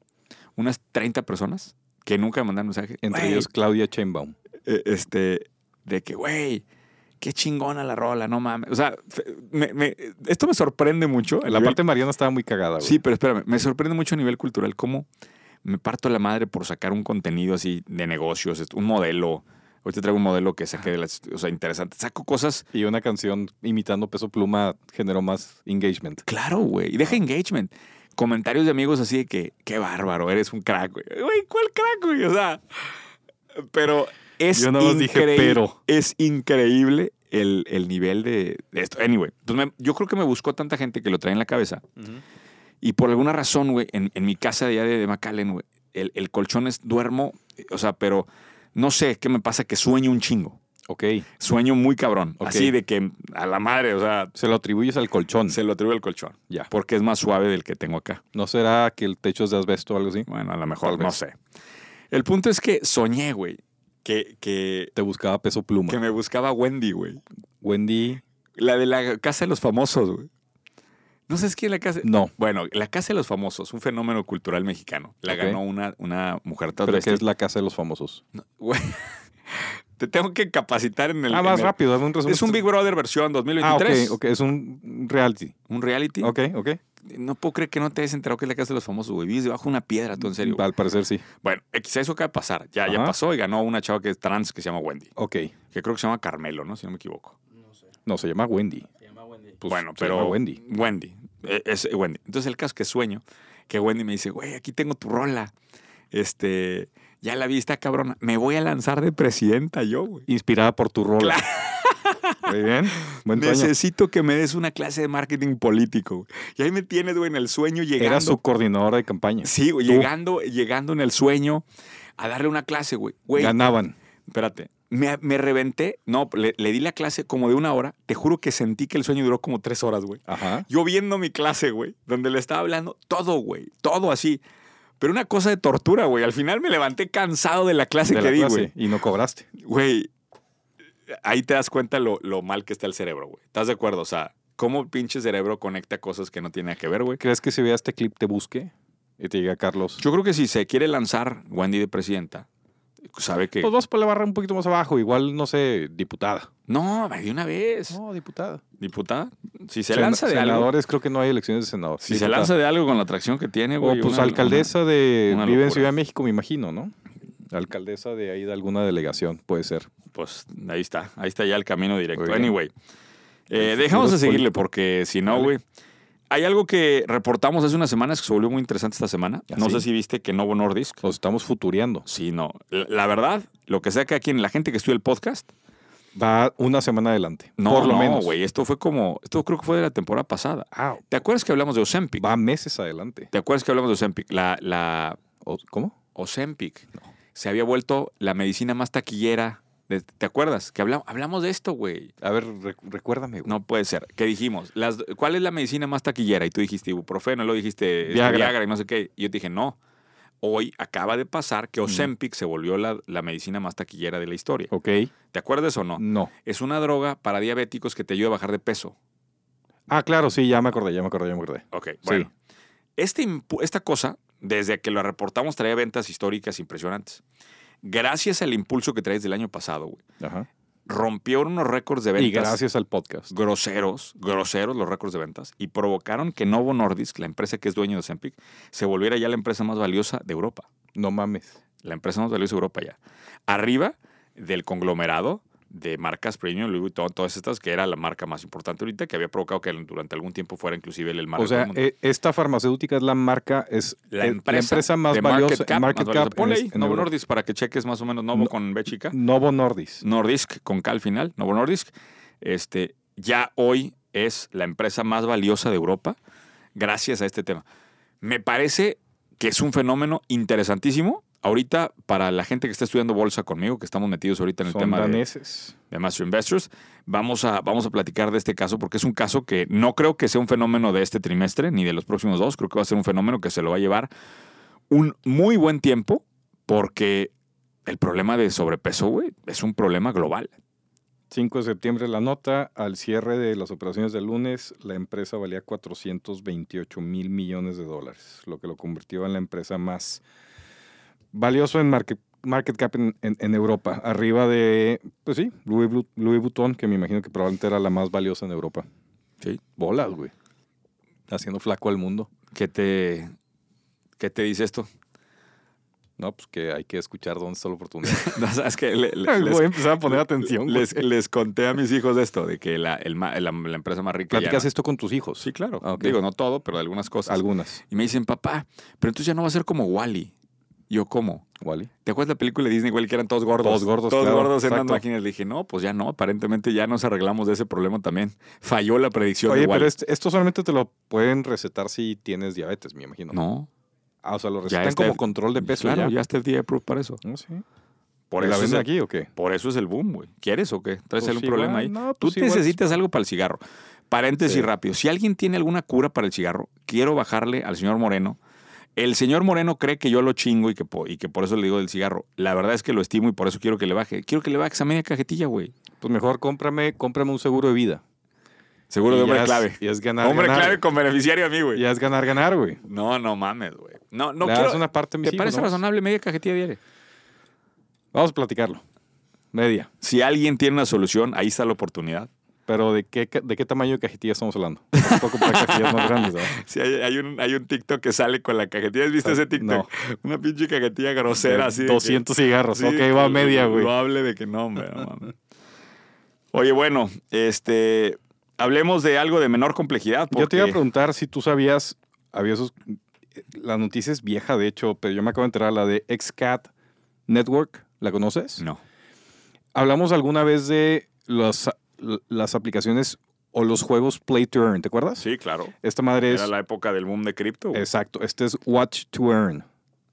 S1: unas 30 personas que nunca me mandaron mensaje.
S2: Entre
S1: Güey,
S2: ellos Claudia Chainbaum.
S1: eh, Este. De que, güey, qué chingona la rola, no mames. O sea, fe- me- me- esto me sorprende mucho. el
S2: La
S1: nivel-
S2: parte de Mariana estaba muy cagada, güey.
S1: Sí, pero espérame, me sorprende mucho a nivel cultural cómo me parto la madre por sacar un contenido así de negocios, un modelo. Hoy te traigo un modelo que saqué de las. O sea, interesante. Saco cosas
S2: Y una canción imitando Peso Pluma generó más engagement.
S1: Claro, güey. Y deja engagement. comentarios de amigos así de que, qué bárbaro, eres un crack, güey. Güey, ¿cuál crack, güey? O sea, pero es,
S2: Yo nada más dije,
S1: increíble-
S2: pero.
S1: es increíble el, el nivel de, de esto. Anyway, pues me- yo creo que me buscó tanta gente que lo trae en la cabeza. Y por alguna razón, güey, en, en mi casa de allá de, de McAllen, güey, el, el colchón es duermo, o sea, pero no sé qué me pasa que sueño un chingo.
S2: Ok.
S1: Sueño muy cabrón.
S2: Ok.
S1: Así de que a la madre, o sea,
S2: Se lo atribuyes al colchón.
S1: se lo atribuye el colchón.
S2: Ya.
S1: Porque es más suave del que tengo acá.
S2: ¿No será que el techo es de asbesto o algo así?
S1: Bueno, a lo mejor,
S2: Tal
S1: no
S2: vez.
S1: sé. El punto es que soñé, güey, que, que,
S2: Te buscaba peso pluma.
S1: que me buscaba Wendy, güey.
S2: Wendy,
S1: La de la Casa de los Famosos, güey. No sé, es que la casa...
S2: no.
S1: Bueno, la Casa de los Famosos, un fenómeno cultural mexicano. La
S2: Ok.
S1: ganó una, una mujer
S2: Pero que
S1: travesti.
S2: es la casa de los famosos.
S1: Güey, te tengo que capacitar en el...
S2: ah,
S1: en
S2: más
S1: el-
S2: rápido, dame un resumen.
S1: Es un Big Brother versión
S2: Ah,
S1: 2023.
S2: ok, ok. Es un reality.
S1: Un reality.
S2: Ok, ok.
S1: No puedo creer que no te hayas enterado que es la Casa de los Famosos, güey. Vives debajo de una piedra, tú en serio. güey.
S2: Al parecer sí.
S1: Bueno, eh, quizá eso acaba de pasar. Ya, ya
S2: Ajá.
S1: pasó y ganó una chava que es trans que se llama Wendy.
S2: Ok.
S1: Que creo que se llama Carmelo, ¿no? Si no me equivoco.
S3: No sé.
S2: No, se llama Wendy.
S3: Se llama Wendy.
S2: Pues,
S1: bueno,
S2: se
S1: pero.
S2: llama Wendy.
S1: Wendy. Eh, Es Wendy. Entonces el caso es que sueño que Wendy me dice, güey, aquí tengo tu rola. Este. Ya la vi, está cabrona. Me voy a lanzar de presidenta yo, güey.
S2: Inspirada por tu rol. Muy bien. Buen sueño.
S1: Necesito que me des una clase de marketing político. güey. Y ahí me tienes, güey, en el sueño llegando.
S2: Era su coordinadora de campaña.
S1: Sí, güey,
S2: Tú.
S1: llegando, llegando en el sueño a darle una clase, güey. Güey,
S2: Ganaban.
S1: espérate. Me, me reventé, no, le, le di la clase como de una hora. Te juro que sentí que el sueño duró como tres horas, güey.
S2: Ajá.
S1: Yo viendo mi clase, güey, donde le estaba hablando todo, güey, todo así. Pero una cosa de tortura, güey. Al final me levanté cansado de la clase
S2: de
S1: que
S2: la
S1: di,
S2: clase,
S1: güey.
S2: Y no cobraste.
S1: Güey, ahí te das cuenta lo, lo mal que está el cerebro, güey. ¿Estás de acuerdo? O sea, cómo el pinche cerebro conecta cosas que no tiene nada que ver, güey.
S2: ¿Crees que si vea este clip te busque y te diga Carlos?
S1: Yo creo que si se quiere lanzar Wendy de presidenta, sabe que.
S2: Pues vamos por la barra un poquito más abajo, igual, no sé, diputada.
S1: No, va de una vez.
S2: No, diputada.
S1: Diputada. Si se
S2: Sen-
S1: lanza de algo.
S2: Senadores, creo que no hay elecciones de senador.
S1: Si se lanza de algo con la atracción que tiene,
S2: O
S1: güey.
S2: pues
S1: una-
S2: alcaldesa de...
S1: una
S2: vive en
S1: locura.
S2: Ciudad de México, me imagino, ¿no? Alcaldesa de ahí de alguna delegación, puede ser.
S1: una- pues ahí está. Ahí está ya el camino directo.
S2: Muy bien.
S1: Anyway. Eh,
S2: El
S1: dejamos
S2: futuro
S1: de
S2: es
S1: seguirle
S2: político.
S1: porque si no,
S2: Dale.
S1: güey. Hay algo que reportamos hace unas semanas que se volvió muy interesante esta semana.
S2: ¿Ah,
S1: No
S2: sí?
S1: sé si viste que Novo Nordisk.
S2: Nos estamos futureando.
S1: Sí, no. La, la verdad, lo que sea que aquí en la gente que estudia el podcast,
S2: Va una semana adelante.
S1: no,
S2: por lo
S1: no,
S2: menos.
S1: güey. Esto fue como, esto creo que fue de la temporada pasada.
S2: Ah,
S1: ¿Te acuerdas que hablamos de Ozempic?
S2: va meses adelante.
S1: ¿Te acuerdas que hablamos de Ozempic? La, la
S2: O- ¿Cómo?
S1: Ozempic se había vuelto la medicina más taquillera. de- ¿Te acuerdas? Que hablamos, hablamos de esto, güey.
S2: A ver, re- recuérdame. güey.
S1: No puede ser. ¿Qué dijimos? Las, ¿Cuál es la medicina más taquillera? Y tú dijiste ibuprofeno, lo dijiste este,
S2: Viagra.
S1: y no sé qué. Y yo te dije, no. Hoy acaba de pasar que Ozempic se volvió la, la medicina más taquillera de la historia.
S2: Ok.
S1: ¿Te acuerdas o no?
S2: No.
S1: Es una droga para diabéticos que te ayuda a bajar de peso.
S2: Ah, claro, sí, ya me acordé, ya me acordé, ya me acordé.
S1: Ok, bueno. Este impu- esta cosa, desde que lo reportamos, traía ventas históricas impresionantes. Gracias al impulso que traes del año pasado, güey,
S2: Ajá.
S1: rompió unos récords de ventas.
S2: Y gracias al podcast.
S1: Groseros, groseros los récords de ventas. Y provocaron que Novo Nordisk, la empresa que es dueño de Zempic, se volviera ya la empresa más valiosa de Europa.
S2: No mames.
S1: La empresa más valiosa de Europa ya. Arriba del conglomerado de marcas premium, Louis Vuitton, todas estas, que era la marca más importante ahorita, que había provocado que durante algún tiempo fuera inclusive el más
S2: O sea,
S1: del mundo.
S2: e- esta farmacéutica es la marca, es es
S1: la empresa,
S2: más
S1: de
S2: valiosa.
S1: market cap,
S2: market
S1: más valiosa.
S2: cap
S1: Ponle
S2: en-
S1: ahí,
S2: en
S1: Novo
S2: Europa.
S1: Nordisk ¿eh? para que cheques más o menos Novo
S2: No-
S1: con B chica.
S2: Novo Nordisk.
S1: Nordisk con K al final, Novo Nordisk. Este, ya hoy es la empresa más valiosa de Europa gracias a este tema. Me parece que es un fenómeno interesantísimo. Ahorita, para la gente que está estudiando bolsa conmigo, que estamos metidos ahorita en el
S2: Son
S1: tema de,
S2: daneses.
S1: de Master Investors, vamos a, vamos a platicar de este caso porque es un caso que no creo que sea un fenómeno de este trimestre ni de los próximos dos. Creo que va a ser un fenómeno que se lo va a llevar un muy buen tiempo porque el problema de sobrepeso, güey, es un problema global.
S2: 5 de septiembre la nota. Al cierre de las operaciones del lunes, la empresa valía 428 mil millones de dólares, lo que lo convirtió en la empresa más valiosa en market, market cap en, en- en Europa. Arriba de, pues sí, Louis, Vu- Louis Vuitton, que me imagino que probablemente era la más valiosa en Europa.
S1: Sí.
S2: Bolas, güey. Haciendo flaco al mundo.
S1: ¿Qué te, qué te dice esto?
S2: No, pues que hay que escuchar dónde está la oportunidad.
S1: No, sabes que le- le-
S2: Voy
S1: les,
S2: a empezar a poner atención. güey.
S1: les- les conté a mis hijos esto, de que la, el ma- la- la empresa más rica. ya
S2: ¿Platicas
S1: no-
S2: esto con tus hijos?
S1: Sí, claro.
S2: Ah, ok.
S1: Digo, no todo, pero algunas cosas.
S2: Algunas.
S1: Y me dicen, papá, pero entonces ya no va a ser como Wally. Yo, ¿cómo?
S2: Wally.
S1: ¿Te acuerdas la película de Disney, Wally, que eran todos gordos?
S2: Todos gordos,
S1: Todos
S2: claro,
S1: gordos en las
S2: exacto.
S1: máquinas. Le dije, no, pues ya no, aparentemente ya nos arreglamos de ese problema también. Falló la predicción
S2: Oye,
S1: de Wally.
S2: pero este- esto solamente te lo pueden recetar si tienes diabetes, me imagino.
S1: No,
S2: Ah, o sea, lo recetan
S1: está-
S2: como control de peso.
S1: claro,
S2: ya.
S1: ya está el día proof para eso.
S2: No, sí.
S1: Por eso,
S2: ¿Te la
S1: es
S2: venden
S1: el,
S2: aquí o qué?
S1: por eso es el boom, güey. ¿Quieres o qué? ¿Traes
S2: Pues
S1: algún
S2: igual,
S1: problema ahí?
S2: no,
S1: Tú
S2: pues igual,
S1: necesitas algo para el cigarro. Paréntesis
S2: Sí.
S1: rápido. Si alguien tiene alguna cura para el cigarro, quiero bajarle al señor Moreno. El señor Moreno cree que yo lo chingo y que, po- y que por eso le digo del cigarro. La verdad es que lo estimo y por eso quiero que le baje. Quiero que le baje esa media cajetilla, güey.
S2: Pues mejor cómprame, cómprame un seguro de vida.
S1: Seguro
S2: Y
S1: de
S2: ya
S1: hombre
S2: es-
S1: clave.
S2: Y es ganar,
S1: Hombre
S2: ganar.
S1: clave con beneficiario a mí, güey.
S2: Ya es ganar, ganar, güey.
S1: No, no mames, güey. No, no
S2: Le
S1: quiero.
S2: das una parte a mis
S1: ¿Te
S2: hijos,
S1: parece
S2: ¿no?
S1: razonable media cajetilla diaria?
S2: Vamos a platicarlo. Media.
S1: Si alguien tiene una solución, ahí está la oportunidad.
S2: Pero ¿de qué, ca- de qué tamaño de cajetilla estamos hablando? Tampoco para cajetillas más grandes, ¿verdad?
S1: Sí, hay, hay un, hay un TikTok que sale con la cajetilla. ¿Has visto ese TikTok? Una pinche cajetilla grosera
S2: Ah, De
S1: así. de que-
S2: 200 cigarros.
S1: Sí, pues,
S2: ok, va a media,
S1: no
S2: güey.
S1: hable de que no, hombre, no mames. Oye, bueno, este. Hablemos de algo de menor complejidad.
S2: Yo te iba a
S1: porque-
S2: preguntar si tú sabías, había esos, la noticia es vieja, de hecho, pero yo me acabo de enterar, la de XCAT Network, ¿la conoces?
S1: No.
S2: Hablamos alguna vez de las, las aplicaciones o los juegos Play to Earn, ¿te acuerdas?
S1: Sí, claro.
S2: Esta madre es...
S1: Era la época del boom de cripto. güey.
S2: Exacto, este es Watch to Earn.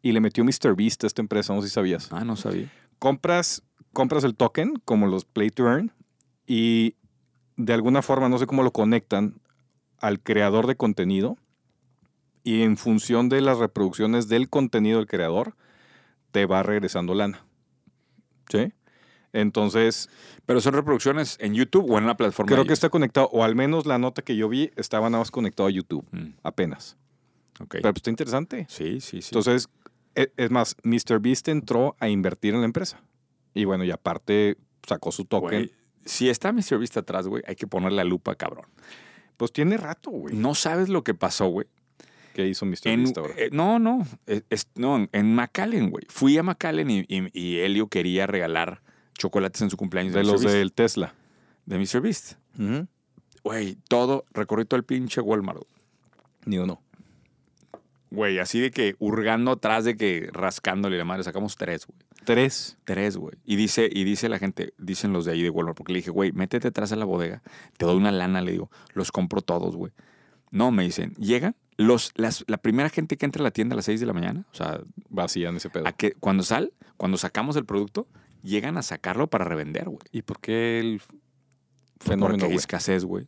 S2: Y le metió MrBeast a esta empresa, no sé si sabías.
S1: Ah, no sabía.
S2: compras, compras el token, como los Play to Earn, y de alguna forma, no sé cómo lo conectan al creador de contenido, y en función de las reproducciones del contenido del creador, te va regresando lana. ¿Sí? Entonces,
S1: Pero son reproducciones en YouTube o en una plataforma.
S2: creo
S1: de
S2: que
S1: ellos?
S2: está conectado, o al menos la nota que yo vi estaba nada más conectado a YouTube,
S1: Mm,
S2: apenas.
S1: ok.
S2: Pero pues, está interesante.
S1: sí, sí, sí.
S2: Entonces, e- es más, MrBeast entró a invertir en la empresa. Y bueno, y aparte sacó su token.
S1: Güey, Si está MrBeast atrás, güey, hay que poner la lupa, cabrón.
S2: Pues tiene rato, güey.
S1: No sabes lo que pasó, güey.
S2: ¿Qué hizo Mr.
S1: En-
S2: Beast ahora?
S1: eh, no, no, es- es- no, en McAllen, güey. Fui a McAllen y, y, y Helio quería regalar chocolates en su cumpleaños
S2: de
S1: Mr.
S2: los
S1: Beast.
S2: del Tesla.
S1: de Mr. Beast. Güey, todo, recorrí todo el pinche Walmart. güey.
S2: Ni uno.
S1: Güey, así de que hurgando atrás de que rascándole la madre, sacamos tres, güey.
S2: Tres.
S1: Tres, güey. Y dice, y dice la gente, dicen los de ahí de Walmart, porque le dije, güey, métete atrás a la bodega, te doy una lana, le digo, los compro todos, güey. No, me dicen, llegan los, las, la primera gente que entra a la tienda a las 6 de la mañana, o sea,
S2: Vacían ese pedo.
S1: a que, cuando sal, cuando sacamos el producto, llegan a sacarlo para revender, güey.
S2: ¿Y por qué el
S1: Porque
S2: fenómeno,
S1: hay
S2: güey?
S1: escasez, güey.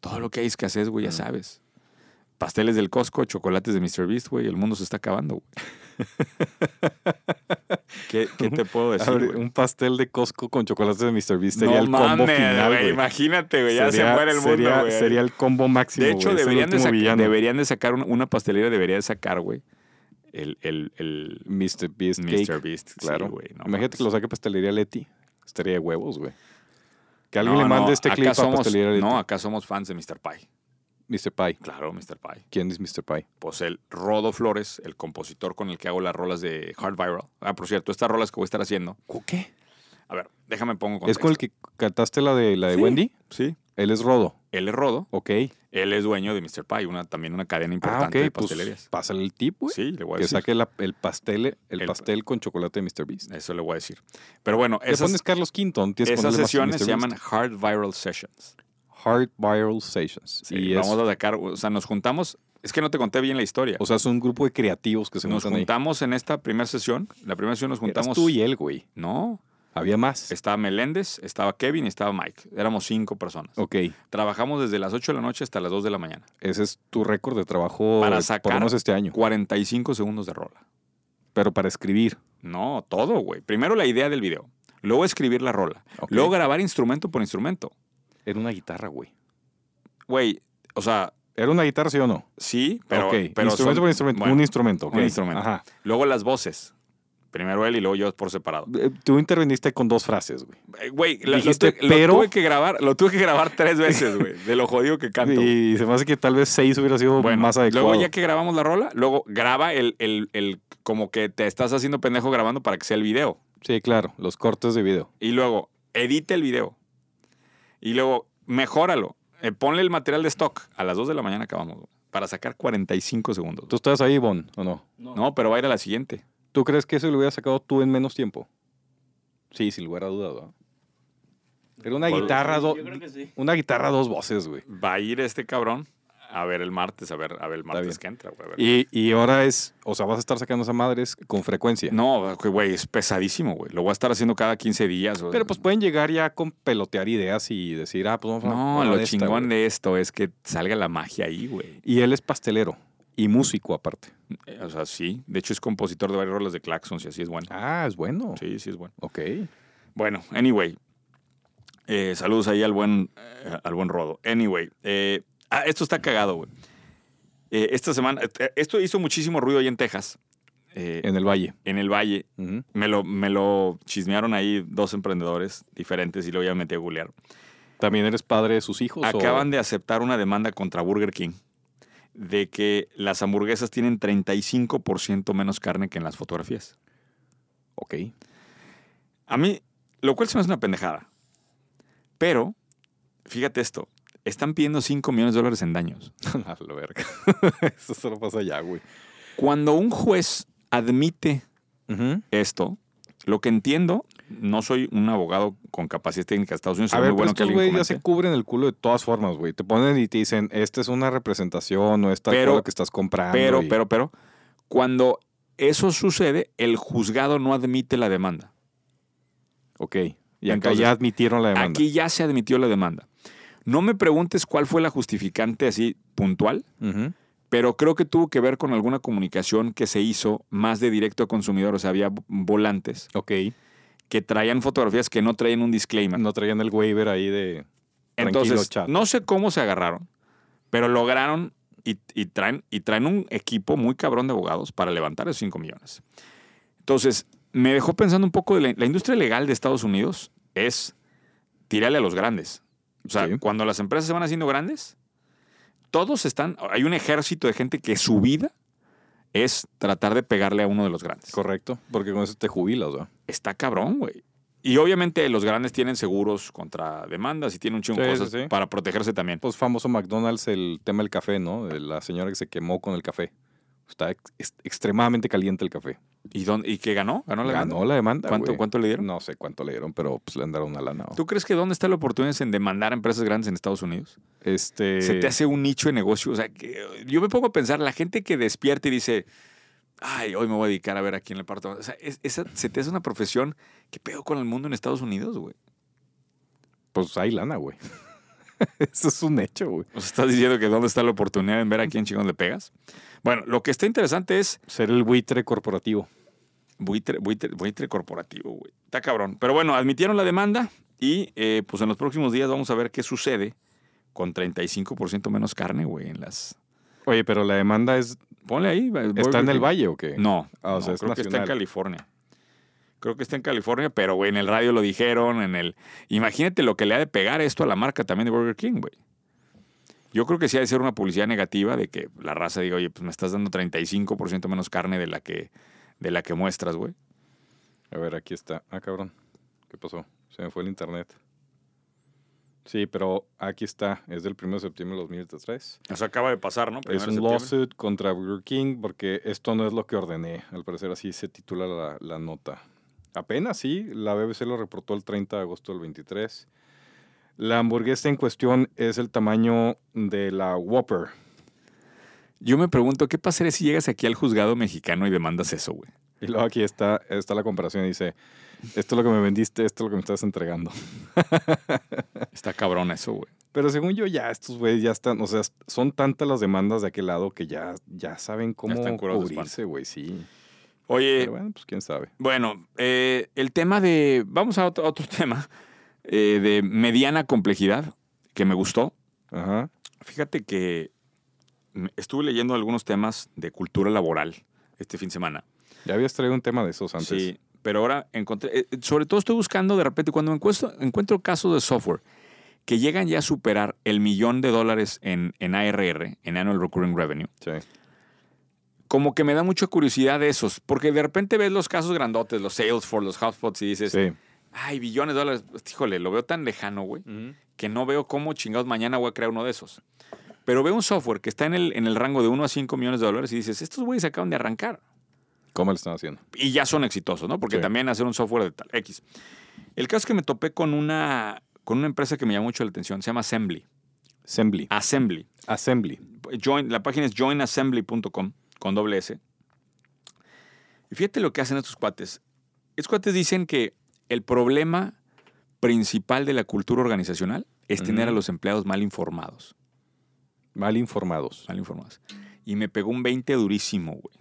S1: Todo lo que hay escasez, güey, ya
S2: Mm.
S1: sabes. Pasteles del Costco, chocolates de Mr. Beast, güey. El mundo se está acabando, güey. ¿Qué, qué te puedo decir,
S2: Abre
S1: güey?
S2: un pastel de Costco con chocolates de Mr. Beast sería
S1: No
S2: el combo
S1: mames,
S2: final,
S1: güey.
S2: güey.
S1: Imagínate, güey. Ya
S2: Sería-
S1: se muere el mundo,
S2: sería-
S1: güey.
S2: Sería el combo máximo,
S1: de hecho,
S2: güey. Es el
S1: deberían, de
S2: último
S1: saca-
S2: villano.
S1: deberían de sacar una, una pastelera, debería de sacar, güey, el, el, el
S2: Mr. Beast cake.
S1: Mr. Beast.
S2: Claro.
S1: Sí, güey. no
S2: Imagínate que lo
S1: mames.
S2: saque pastelería Leti. Estaría de huevos, güey. Que alguien
S1: No,
S2: le mande
S1: no,
S2: este
S1: acá
S2: clip a
S1: somos-
S2: pastelería Leti.
S1: No, acá somos fans de Mr. Pie.
S2: Mr. Pie.
S1: Claro, Mr. Pie.
S2: ¿Quién es Mr. Pie?
S1: pues el Rodo Flores, el compositor con el que hago las rolas de Hard Viral. Ah, por cierto, estas rolas que voy a estar haciendo.
S2: ¿Qué?
S1: A ver, déjame pongo
S2: ¿Es
S1: contexto.
S2: con el que cantaste la de, la de
S1: Sí.
S2: Wendy?
S1: Sí.
S2: Él es Rodo.
S1: Él es Rodo,
S2: Ok.
S1: él es dueño de Mr. Pie, una, también una cadena importante
S2: Ah, ok.
S1: de
S2: Pues,
S1: pastelerías.
S2: pásale el tip, güey.
S1: sí, le voy a
S2: que
S1: decir.
S2: saque la- el pastel, el,
S1: El-
S2: pastel con chocolate de Mr. Beast.
S1: Eso le voy a decir. Pero bueno,
S2: Le pones
S1: esas,
S2: Carlos Quinton. Tienes que
S1: esas
S2: ponerle más
S1: sesiones
S2: Mr.
S1: se llaman
S2: Beast.
S1: Hard Viral Sessions.
S2: Hard Viral Sessions.
S1: Sí,
S2: y es-
S1: vamos a sacar, o sea, nos juntamos, es que no te conté bien la historia.
S2: o sea, es un grupo de creativos que se
S1: nos
S2: juntan ahí.
S1: juntamos en esta primera sesión, la primera sesión nos
S2: Eras
S1: juntamos...
S2: tú y él, güey.
S1: No,
S2: Había más.
S1: estaba Meléndez, estaba Kevin y estaba Mike. Éramos cinco personas.
S2: Ok.
S1: Trabajamos desde las 8 de la noche hasta las 2 de la mañana.
S2: Ese es tu récord de trabajo
S1: Para
S2: eh,
S1: sacar-
S2: por lo menos este año.
S1: 45 segundos de rola.
S2: Pero para escribir.
S1: No, todo, güey. Primero la idea del video. Luego escribir la rola.
S2: Ok.
S1: Luego grabar instrumento por instrumento.
S2: Era una guitarra, güey.
S1: Güey, o sea,
S2: ¿Era una guitarra, sí o no?
S1: sí, pero.
S2: ok.
S1: pero
S2: instrumento
S1: son-
S2: por instrumento.
S1: bueno,
S2: un instrumento. ok.
S1: un instrumento.
S2: Ajá.
S1: Luego las voces. Primero él y luego yo por separado.
S2: Eh, Tú interveniste con dos frases, güey.
S1: Eh, Güey, la- lo,
S2: Dijiste,
S1: tuve- lo
S2: pero-
S1: tuve que grabar, lo tuve que grabar tres veces, güey. De lo jodido que canto.
S2: Y se me hace que tal vez seis hubiera sido
S1: Bueno,
S2: más adecuado.
S1: Luego, ya que grabamos la rola, luego graba el, el, el como que te estás haciendo pendejo grabando para que sea el video.
S2: Sí, claro, los cortes de video.
S1: Y luego, edita el video. Y luego, mejóralo. Eh, ponle el material de stock. A las 2 de la mañana acabamos, güey, para sacar 45 segundos.
S2: ¿Tú estás ahí, Bon, o no?
S3: No,
S1: No, pero va a ir a la siguiente.
S2: ¿Tú crees que eso lo hubieras sacado tú en menos tiempo? Sí, sin lugar a dudas. ¿verdad? Era una
S1: Por-
S2: guitarra, do-
S3: Yo creo que sí.
S2: una guitarra dos voces, güey.
S1: Va a ir este cabrón a ver el martes, a ver, a ver el martes
S2: bien.
S1: que entra, güey. a ver.
S2: Y, y ahora es, o sea, vas a estar sacando esas madres con frecuencia.
S1: No, güey, es pesadísimo, güey. Lo voy a estar haciendo cada 15 días. güey.
S2: Pero pues pueden llegar ya con pelotear ideas y decir, ah, pues vamos a
S1: No,
S2: vamos a
S1: lo
S2: de esta,
S1: chingón
S2: güey.
S1: de esto es que salga la magia ahí, güey.
S2: Y él es pastelero y músico aparte.
S1: Eh, O sea, sí. De hecho, es compositor de varios roles de Claxons y así es bueno.
S2: Ah, es bueno.
S1: Sí, sí es bueno.
S2: Ok.
S1: Bueno, anyway. Eh, saludos ahí al buen, eh, al buen Rodo. Anyway. eh, ah, esto está cagado, güey. Eh, esta semana, eh, esto hizo muchísimo ruido ahí en Texas, eh,
S2: En el valle.
S1: en el Valle.
S2: Ujú.
S1: Me lo, me lo chismearon ahí dos emprendedores diferentes y luego ya me metí a googlear.
S2: ¿También eres padre de sus hijos?
S1: Acaban de aceptar una demanda contra Burger King de que las hamburguesas tienen 35% menos carne que en las fotografías.
S2: Ok.
S1: A mí, lo cual se me hace una pendejada. Pero, fíjate esto, están pidiendo 5 millones de dólares en daños.
S2: A la verga. Eso solo pasa allá, güey.
S1: Cuando un juez admite
S2: Ujú.
S1: esto, lo que entiendo, no soy un abogado con capacidad técnica de Estados Unidos,
S2: A
S1: soy
S2: ver, pues
S1: muy bueno que
S2: pero estos
S1: alguien
S2: güeyes ya
S1: comente.
S2: se cubren el culo de todas formas, güey. Te ponen y te dicen, esta es una representación o esta
S1: Pero-
S2: es lo que estás comprando.
S1: Pero,
S2: y-
S1: pero, pero, cuando eso sucede, el juzgado no admite la demanda.
S2: Ok. Y acá
S1: Entonces,
S2: ya admitieron la demanda.
S1: Aquí ya se admitió la demanda. No me preguntes cuál fue la justificante así puntual,
S2: Ujú.
S1: pero creo que tuvo que ver con alguna comunicación que se hizo más de directo a consumidor. O sea, había volantes
S2: Ok.
S1: que traían fotografías que no traían un disclaimer.
S2: No traían el waiver ahí de... tranquilo,
S1: Entonces,
S2: chat.
S1: no sé cómo se agarraron, pero lograron y, y traen, y traen un equipo muy cabrón de abogados para levantar esos 5 millones. Entonces, me dejó pensando un poco de la, la industria legal de Estados Unidos es tirarle a los grandes. O sea,
S2: Sí.
S1: cuando las empresas se van haciendo grandes, todos están, hay un ejército de gente que su vida es tratar de pegarle a uno de los grandes.
S2: Correcto. Porque con eso te jubilas, ¿verdad?
S1: Está cabrón, güey. Y obviamente los grandes tienen seguros contra demandas y tienen un chingo de
S2: Sí,
S1: cosas
S2: sí, sí.
S1: para protegerse también.
S2: Pues famoso McDonald's, el tema del café, ¿no? De la señora que se quemó con el café. Está ex- ex- extremadamente caliente el café.
S1: ¿Y, dónde, y que ganó? ¿Ganó la
S2: Ganó
S1: demanda?
S2: la demanda,
S1: ¿Cuánto,
S2: güey.
S1: ¿Cuánto le dieron?
S2: No sé cuánto le dieron, pero pues le han dado una lana. ¿no?
S1: ¿Tú crees que dónde está la oportunidad en demandar a empresas grandes en Estados Unidos?
S2: Este...
S1: Se te hace un nicho de negocio. O sea, que yo me pongo a pensar, la gente que despierta y dice, ay, hoy me voy a dedicar a ver a quién le parto. O sea, es- esa, se te hace una profesión que pedo con el mundo en Estados Unidos, güey.
S2: Pues hay lana, güey. Eso es un hecho, güey.
S1: O sea, estás diciendo que dónde está la oportunidad en ver a quién chingón le pegas. Bueno, lo que está interesante es
S2: Ser el buitre corporativo.
S1: Buitre, buitre, buitre corporativo, güey. Está cabrón. Pero bueno, admitieron la demanda y eh, pues en los próximos días vamos a ver qué sucede con 35% menos carne, güey, en las...
S2: Oye, pero la demanda es.
S1: Ponle ahí. Burger
S2: ¿Está en el
S1: King.
S2: valle o qué?
S1: No,
S2: Ah, o
S1: no,
S2: sea, es
S1: creo que está en
S2: nacional.
S1: California. Creo que está en California, pero güey, en el radio lo dijeron, en el... Imagínate lo que le ha de pegar esto a la marca también de Burger King, güey. Yo creo que sí ha de ser una publicidad negativa de que la raza diga, oye, pues me estás dando 35% menos carne de la que, de la que muestras, güey.
S2: A ver, aquí está. Ah, cabrón. ¿Qué pasó? Se me fue el internet. Sí, pero aquí está. Es del 1 de septiembre de 2003.
S1: O sea, acaba de pasar, ¿no?
S2: Es
S1: Primero de
S2: un
S1: septiembre.
S2: lawsuit contra Burger King porque esto no es lo que ordené. Al parecer así se titula la, la nota. Apenas sí, la BBC lo reportó el 30 de agosto del 23. La hamburguesa en cuestión es el tamaño de la Whopper.
S1: Yo me pregunto, ¿qué pasaría si llegas aquí al juzgado mexicano y demandas eso, güey?
S2: Y luego aquí está, está la comparación y dice, esto es lo que me vendiste, esto es lo que me estás entregando.
S1: Está cabrón eso, güey.
S2: Pero según yo ya estos güeyes ya están, o sea, son tantas las demandas de aquel lado que ya, ya saben cómo
S1: están curados de espanto. Eh,
S2: cubrirse, güey, sí.
S1: Oye,
S2: Pero bueno, pues quién sabe.
S1: bueno, eh, el tema de... Vamos a otro, otro tema eh, de mediana complejidad que me gustó.
S2: Ajá.
S1: Fíjate que mm, estuve leyendo algunos temas de cultura laboral este fin de semana.
S2: Ya habías traído un tema de esos antes.
S1: Sí, pero ahora encontré, eh, eh, sobre todo estoy buscando de repente, cuando encuentro, encuentro casos de software que llegan ya a superar el millón de dólares en, en ARR, en Annual Recurring Revenue,
S2: Sí.
S1: como que me da mucha curiosidad de esos, porque de repente ves los casos grandotes, los Salesforce, los HubSpots, y dices,
S2: Sí.
S1: ay, billones de dólares, pues, híjole, lo veo tan lejano, güey, que no veo cómo chingados mañana voy a crear uno de esos. Pero veo un software que está en el, en el rango de 1 a 5 millones de dólares y dices, estos güeyes acaban de arrancar
S2: ¿Cómo lo están haciendo?
S1: y ya son exitosos, ¿no? Porque
S2: Sí.
S1: también hacer un software de tal X. El caso es que me topé con una, con una empresa que me llamó mucho la atención, se llama Assembly.
S2: Assembly.
S1: Assembly.
S2: Assembly.
S1: Join- la página es joinassembly.com con doble S. Y fíjate lo que hacen estos cuates. Estos cuates dicen que el problema principal de la cultura organizacional es tener a
S2: Ujú.
S1: los empleados mal informados.
S2: Mal informados.
S1: Mal informados. Y me pegó un 20 durísimo, güey.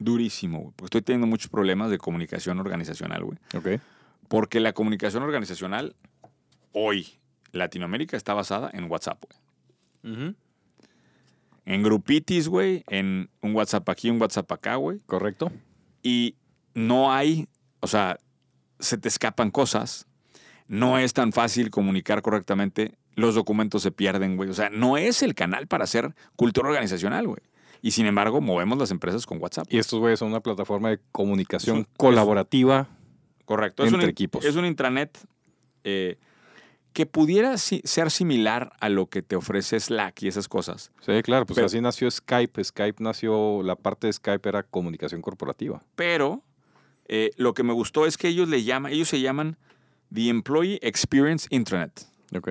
S1: Durísimo, güey. Porque estoy teniendo muchos problemas de comunicación organizacional, güey.
S2: Ok.
S1: Porque la comunicación organizacional hoy, Latinoamérica, está basada en WhatsApp, güey. En grupitis, güey. En un WhatsApp aquí, un WhatsApp acá, güey.
S2: Correcto.
S1: Y no hay, o sea, se te escapan cosas. No es tan fácil comunicar correctamente. Los documentos se pierden, güey. O sea, no es el canal para hacer cultura organizacional, güey. Y sin embargo, movemos las empresas con WhatsApp.
S2: Y estos güeyes son una plataforma de comunicación
S1: Es un-
S2: colaborativa.
S1: Correcto. es
S2: Entre
S1: un in-
S2: equipos.
S1: Es un intranet eh, que pudiera si- ser similar a lo que te ofrece Slack y esas cosas.
S2: Sí, claro, pues
S1: Pero-
S2: así nació Skype. Skype nació, la parte de Skype era comunicación corporativa.
S1: Pero eh, lo que me gustó es que ellos le llaman, ellos se llaman The Employee Experience Intranet.
S2: Ok.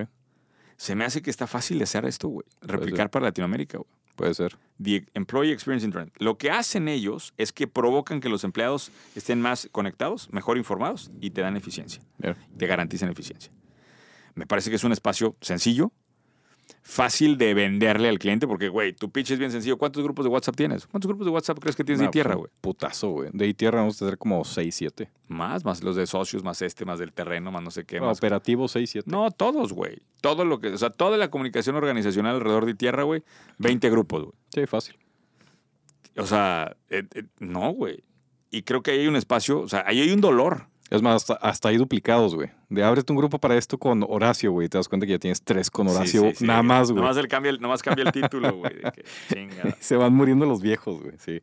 S1: Se me hace que está fácil de hacer esto, güey. Replicar
S2: ser.
S1: para Latinoamérica, güey.
S2: Puede ser.
S1: The Employee Experience Internet. Lo que hacen ellos es que provocan que los empleados estén más conectados, mejor informados y te dan eficiencia.
S2: Bien.
S1: Te garantizan eficiencia. Me parece que es un espacio sencillo, fácil de venderle al cliente, porque, güey, tu pitch es bien sencillo. ¿Cuántos grupos de WhatsApp tienes? ¿Cuántos grupos de WhatsApp crees que tienes
S2: No,
S1: de tierra,
S2: pues,
S1: güey?
S2: un Putazo, güey. De ahí tierra vamos a tener como 6, 7.
S1: Más, más los de socios, más este, más del terreno, más no sé qué, más
S2: Operativo 6, 7.
S1: No, todos, güey. Todo lo que, o sea, toda la comunicación organizacional alrededor de tierra, güey, 20 grupos, güey.
S2: Sí, fácil.
S1: O sea, eh, eh, no, güey. Y creo que ahí hay un espacio, o sea, ahí hay un dolor.
S2: Es más, hasta, hasta hay duplicados, güey. De ábrete un grupo para esto con Horacio, güey. Te das cuenta que ya tienes tres con Horacio.
S1: Sí, sí, sí.
S2: Nada más, güey.
S1: Nada más, el cambia, el- nada más cambia el título, güey. de que chingada.
S2: Se van muriendo los viejos, güey. Sí.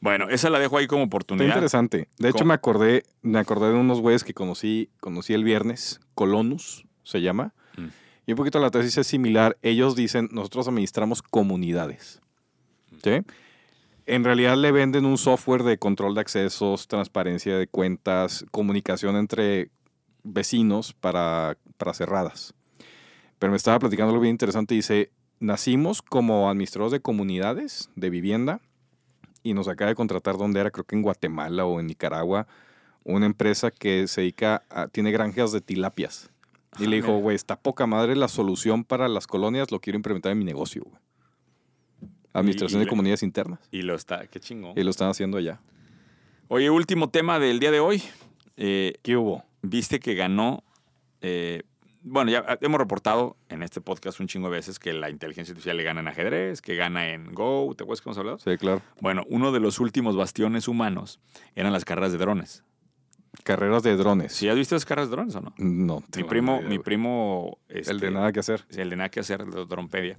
S1: Bueno, esa la dejo ahí como
S2: Está
S1: oportunidad.
S2: interesante. De hecho,
S1: Con-
S2: me acordé, me acordé de unos güeyes que conocí, conocí el viernes, Colonus se llama.
S1: Mm.
S2: Y un poquito la tesis es similar. Ellos dicen, nosotros administramos comunidades.
S1: Mm.
S2: ¿Sí? En realidad le venden un software de control de accesos, transparencia de cuentas, comunicación entre vecinos para, para cerradas. Pero me estaba platicando algo bien interesante. Dice, nacimos como administradores de comunidades de vivienda y nos acaba de contratar donde era, creo que en Guatemala o en Nicaragua, una empresa que se dedica a, tiene granjas de tilapias. Y le dijo,
S1: Ah, mira.
S2: güey, está poca madre la solución para las colonias, lo quiero implementar en mi negocio, güey. Administración
S1: y
S2: de
S1: le-
S2: comunidades internas.
S1: Y lo está, qué chingón.
S2: Y lo están haciendo allá.
S1: Oye, último tema del día de hoy. Eh,
S2: ¿Qué hubo?
S1: viste que ganó. eh, bueno, ya hemos reportado en este podcast un chingo de veces que la inteligencia artificial le gana en ajedrez, que gana en Go. ¿Te acuerdas que hemos hablado?
S2: Sí, claro.
S1: Bueno, uno de los últimos bastiones humanos eran las carreras de drones.
S2: Carreras de drones.
S1: ¿Sí has visto las carreras de drones o no?
S2: No.
S1: Mi
S2: tengo ni
S1: primo,
S2: idea,
S1: mi
S2: güey.
S1: primo. este,
S2: El de nada que hacer.
S1: sí, El de nada que hacer, el de Drompedia,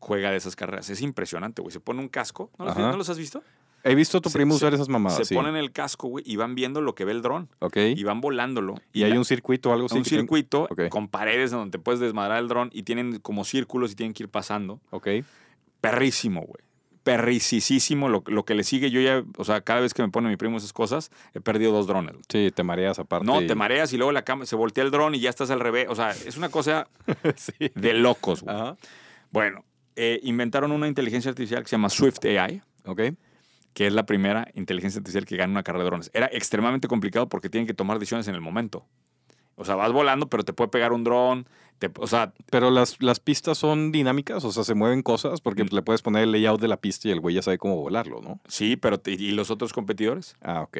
S1: juega de esas carreras. Es impresionante, güey. Se pone un casco. ¿No los,
S2: Ajá.
S1: no los has visto?
S2: He visto a tu
S1: Se-
S2: primo
S1: se-
S2: usar esas mamadas.
S1: Se
S2: sí.
S1: ponen el casco, güey, y van viendo lo que ve el dron.
S2: Ok.
S1: Y van volándolo.
S2: Y, hay
S1: la-
S2: un circuito o algo así.
S1: un
S2: que tienen-
S1: circuito
S2: Ok.
S1: con paredes en donde te puedes desmadrar el dron y tienen como círculos y tienen que ir pasando.
S2: Ok.
S1: Perrísimo, güey. Perricisísimo lo, lo que le sigue. Yo ya, o sea, cada vez que me pone mi primo esas cosas, he perdido dos drones. güey.
S2: Sí, te mareas aparte.
S1: No,
S2: y-
S1: te mareas y luego la cama se voltea el dron y ya estás al revés. O sea, es una cosa
S2: sí.
S1: de locos, güey.
S2: Ajá.
S1: Bueno, eh, inventaron una inteligencia artificial que se llama Swift AI,
S2: Ok.
S1: que es la primera inteligencia artificial que gana una carrera de drones. Era extremadamente complicado porque tienen que tomar decisiones en el momento. O sea, vas volando, pero te puede pegar un dron. te- O sea,
S2: Pero las, las pistas son dinámicas, o sea, se mueven cosas porque
S1: Mm.
S2: le puedes poner el layout de la pista y el güey ya sabe cómo volarlo, ¿no?
S1: sí, pero te- ¿y los otros competidores?
S2: Ah, ok.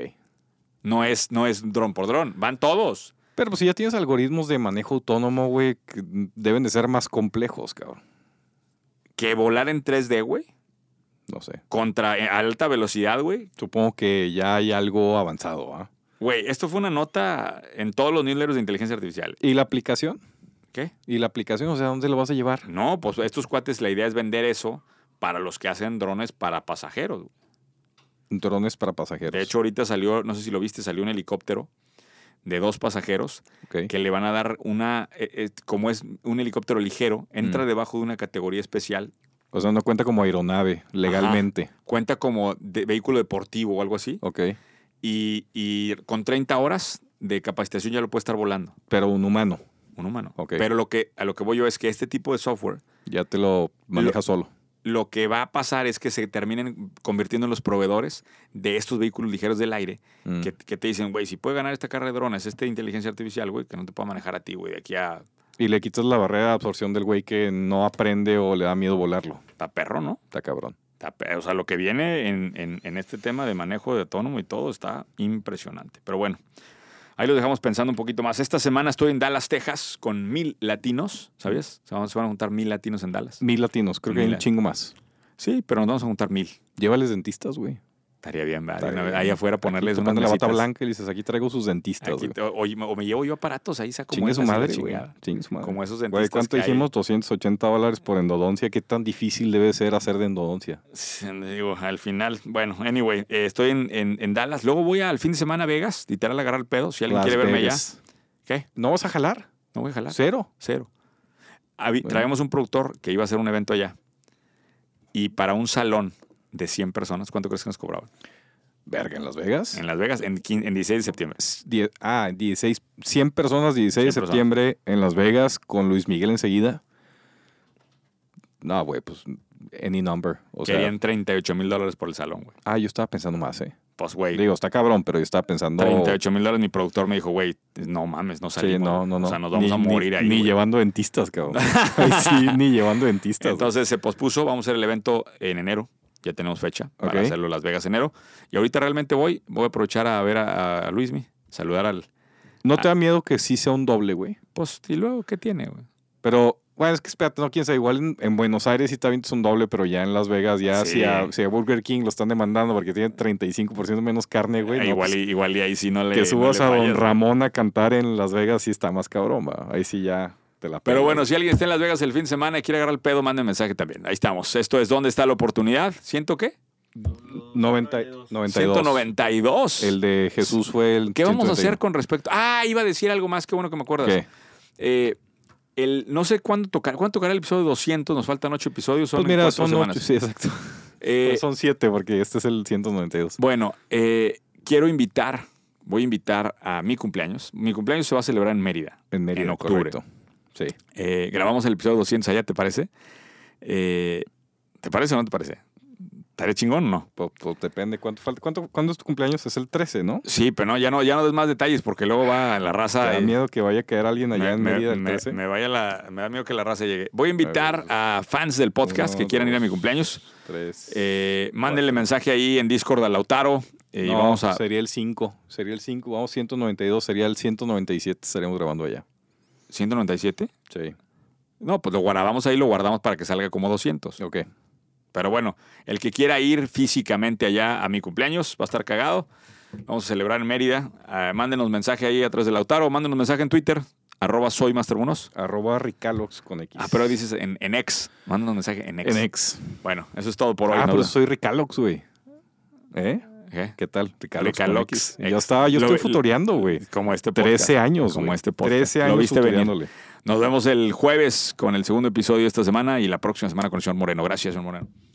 S1: No es, no es dron por dron, van todos.
S2: Pero pues si ya tienes algoritmos de manejo autónomo, güey, que deben de ser más complejos, cabrón.
S1: Que volar en 3D, güey,
S2: No sé.
S1: contra eh, alta velocidad, güey.
S2: Supongo que ya hay algo avanzado, ¿ah?
S1: Güey, esto fue una nota en todos los newsletters de inteligencia artificial.
S2: ¿Y la aplicación?
S1: ¿Qué?
S2: ¿Y la aplicación? O sea, ¿dónde lo vas a llevar?
S1: No, pues estos cuates, la idea es vender eso para los que hacen drones para pasajeros.
S2: Drones para pasajeros.
S1: De hecho, ahorita salió, no sé si lo viste, salió un helicóptero de dos pasajeros
S2: Ok.
S1: que le van a dar una, eh, eh, como es un helicóptero ligero, entra
S2: Mm.
S1: debajo de una categoría especial,
S2: O sea, no cuenta como aeronave legalmente.
S1: cuenta como de vehículo deportivo o algo así,
S2: Ok.
S1: y, y con 30 horas de capacitación ya lo puede estar volando,
S2: Pero un humano.
S1: un humano.
S2: Ok.
S1: Pero lo que, a lo que voy yo es que este tipo de software,
S2: Ya te lo maneja
S1: Lo-
S2: solo.
S1: lo que va a pasar es que se terminen convirtiendo en los proveedores de estos vehículos ligeros del aire,
S2: Mm.
S1: que, que te dicen, güey, si puede ganar esta carrera de drones, esta inteligencia artificial, güey, que no te pueda manejar a ti, güey, de aquí a...
S2: Y le quitas la barrera de absorción del güey que no aprende o le da miedo volarlo.
S1: Está perro, ¿no?
S2: Está cabrón.
S1: Está pe- O sea, lo que viene en, en- en este tema de manejo de autónomo y todo está impresionante. Pero bueno, ahí lo dejamos pensando un poquito más. Esta semana estoy en Dallas, Texas, con mil latinos, ¿sabías? Se van, se van a juntar mil latinos en Dallas.
S2: Mil latinos, creo que hay
S1: Mil
S2: un chingo más.
S1: Sí, pero nos vamos a juntar mil.
S2: Llévales dentistas, güey.
S1: Estaría bien, ¿verdad? De
S2: Estaría
S1: una vez,
S2: bien.
S1: Ahí afuera ponerles
S2: Tú
S1: una
S2: pones la bata blanca y le dices, aquí traigo sus dentistas, güey.
S1: o, o- o me llevo yo aparatos, ahí saco
S2: Chingue su
S1: muecas y la
S2: madre, güey.
S1: chingada.
S2: Chingue su madre.
S1: Como esos dentistas
S2: Güey, ¿cuánto
S1: que hay.
S2: dijimos? 280 dólares por endodoncia. ¿Qué tan difícil debe ser hacer de endodoncia?
S1: Sí, Digo, al final, bueno, anyway, eh, estoy en, en- en Dallas. Luego voy al fin de semana a Vegas, literal, a agarrar el pedo. Si alguien
S2: Las
S1: quiere verme
S2: Vegas.
S1: allá, ¿qué?
S2: ¿No vas a jalar?
S1: No voy a jalar.
S2: Cero.
S1: Cero. Habí-
S2: Bueno.
S1: Traíamos un productor que iba a hacer un evento allá. Y para un salón de 100 personas, ¿cuánto crees que nos cobraban?
S2: Verga, en Las Vegas.
S1: En Las Vegas, en, quin- en 16 de septiembre.
S2: Die- ah, 16, 100 personas, 16 de
S1: 100 personas.
S2: septiembre en Las Vegas con Luis Miguel enseguida. No, güey, pues any number. O sea,
S1: Querían 38 mil dólares por el salón, güey.
S2: ah, yo estaba pensando más, ¿eh?
S1: Pues, güey,
S2: Digo, está cabrón, pero yo estaba pensando.
S1: 38 mil dólares. Mi productor me dijo, güey, no mames, no
S2: Sí,
S1: salimos.
S2: no,
S1: güey.
S2: no, no.
S1: O sea, nos vamos
S2: Ni-
S1: a
S2: ni-
S1: morir ahí.
S2: Ni
S1: güey".
S2: llevando dentistas, cabrón. Ay, sí, ni llevando dentistas. güey.
S1: Entonces se pospuso, vamos a hacer el evento en enero. Ya tenemos fecha para
S2: Ok.
S1: hacerlo Las Vegas enero. Y ahorita realmente voy, voy a aprovechar a ver a, a Luismi, saludar al...
S2: ¿No
S1: ah.
S2: te da miedo que sí sea un doble, güey?
S1: Pues, ¿y luego qué tiene, güey?
S2: Pero, bueno, es que espérate, no, quién sabe. Igual en, en Buenos Aires sí también es un doble, pero ya en Las Vegas, ya
S1: Sí.
S2: si, a, si a Burger King lo están demandando porque tiene 35% menos carne, güey.
S1: Ah,
S2: no,
S1: igual,
S2: pues,
S1: y, igual y ahí sí no le.
S2: que
S1: no
S2: subas
S1: le
S2: a Don
S1: fallas.
S2: Ramón a cantar en Las Vegas sí está más cabrón, va. Ahí sí ya te la
S1: Pero
S2: pelas.
S1: bueno, si alguien está en Las Vegas el fin de semana y quiere agarrar el pedo, mande mensaje también. Ahí estamos. Esto es ¿Dónde está la oportunidad? ¿Siento qué?
S2: 90, 92.
S1: 192.
S2: El de Jesús fue el.
S1: ¿Qué vamos a
S2: 131.
S1: hacer con respecto? Ah, iba a decir algo más. Qué bueno que me acuerdas.
S2: ¿Qué?
S1: Eh, el, no sé cuándo tocará. ¿Cuándo tocará el episodio 200? Nos faltan ocho episodios. Son
S2: Pues mira,
S1: cuatro
S2: son
S1: semanas.
S2: ocho, sí, exacto.
S1: Eh,
S2: son siete porque este es el 192.
S1: Bueno, eh, quiero invitar, voy a invitar a mi cumpleaños. Mi cumpleaños se va a celebrar en Mérida.
S2: En Mérida,
S1: en octubre.
S2: correcto. Sí.
S1: Eh, grabamos el episodio 200 allá, ¿te parece? Eh, ¿Te parece o no te parece? ¿Estaré chingón o no?
S2: Pues, pues, depende cuánto falta. ¿Cuánto, ¿Cuándo es tu cumpleaños? Es el 13, ¿no?
S1: Sí, pero no, ya no, ya no des más detalles porque luego va la
S2: Te
S1: raza.
S2: da
S1: eh,
S2: miedo que vaya a caer alguien allá
S1: me-
S2: en
S1: me-
S2: Mérida el
S1: me-
S2: 13.
S1: me vaya la- me da miedo que la raza llegue. Voy a invitar
S2: ver.
S1: a fans del podcast que
S2: Uno,
S1: quieran ir a mi
S2: dos,
S1: cumpleaños.
S2: tres.
S1: Eh, mándenle mensaje ahí en Discord a Lautaro. eh, y
S2: No, pues
S1: vamos a.
S2: Sería el 5. Sería el 5. Vamos, 192. Sería el 197. Estaremos grabando allá.
S1: ¿197?
S2: Sí.
S1: No, pues lo guardamos ahí, lo guardamos para que salga como 200.
S2: Ok.
S1: Pero bueno, el que quiera ir físicamente allá a mi cumpleaños va a estar cagado. Vamos a celebrar en Mérida. Eh, mándenos mensaje ahí atrás de Lautaro. Mándenos mensaje en Twitter. Arroba soy Master Munoz.
S2: Arroba Ricalox con X.
S1: Ah, pero dices en, en X. Mándanos mensaje en pues, X.
S2: En X.
S1: Bueno, eso es todo por hoy.
S2: Ah,
S1: ¿no?
S2: pero soy Ricalox, güey. ¿Eh?
S1: ¿Qué?
S2: ¿Qué tal?
S1: Ricalox,
S2: con X.
S1: X.
S2: Yo estaba, yo
S1: Lo
S2: estoy
S1: ve-
S2: futoreando, güey.
S1: Como este podcast.
S2: 13 años,
S1: Como
S2: güey.
S1: este podcast.
S2: 13
S1: Lo
S2: años
S1: viste venir.
S2: futoreándole.
S1: Nos vemos el jueves con el segundo episodio de esta semana y la próxima semana con el señor Moreno. Gracias, señor Moreno.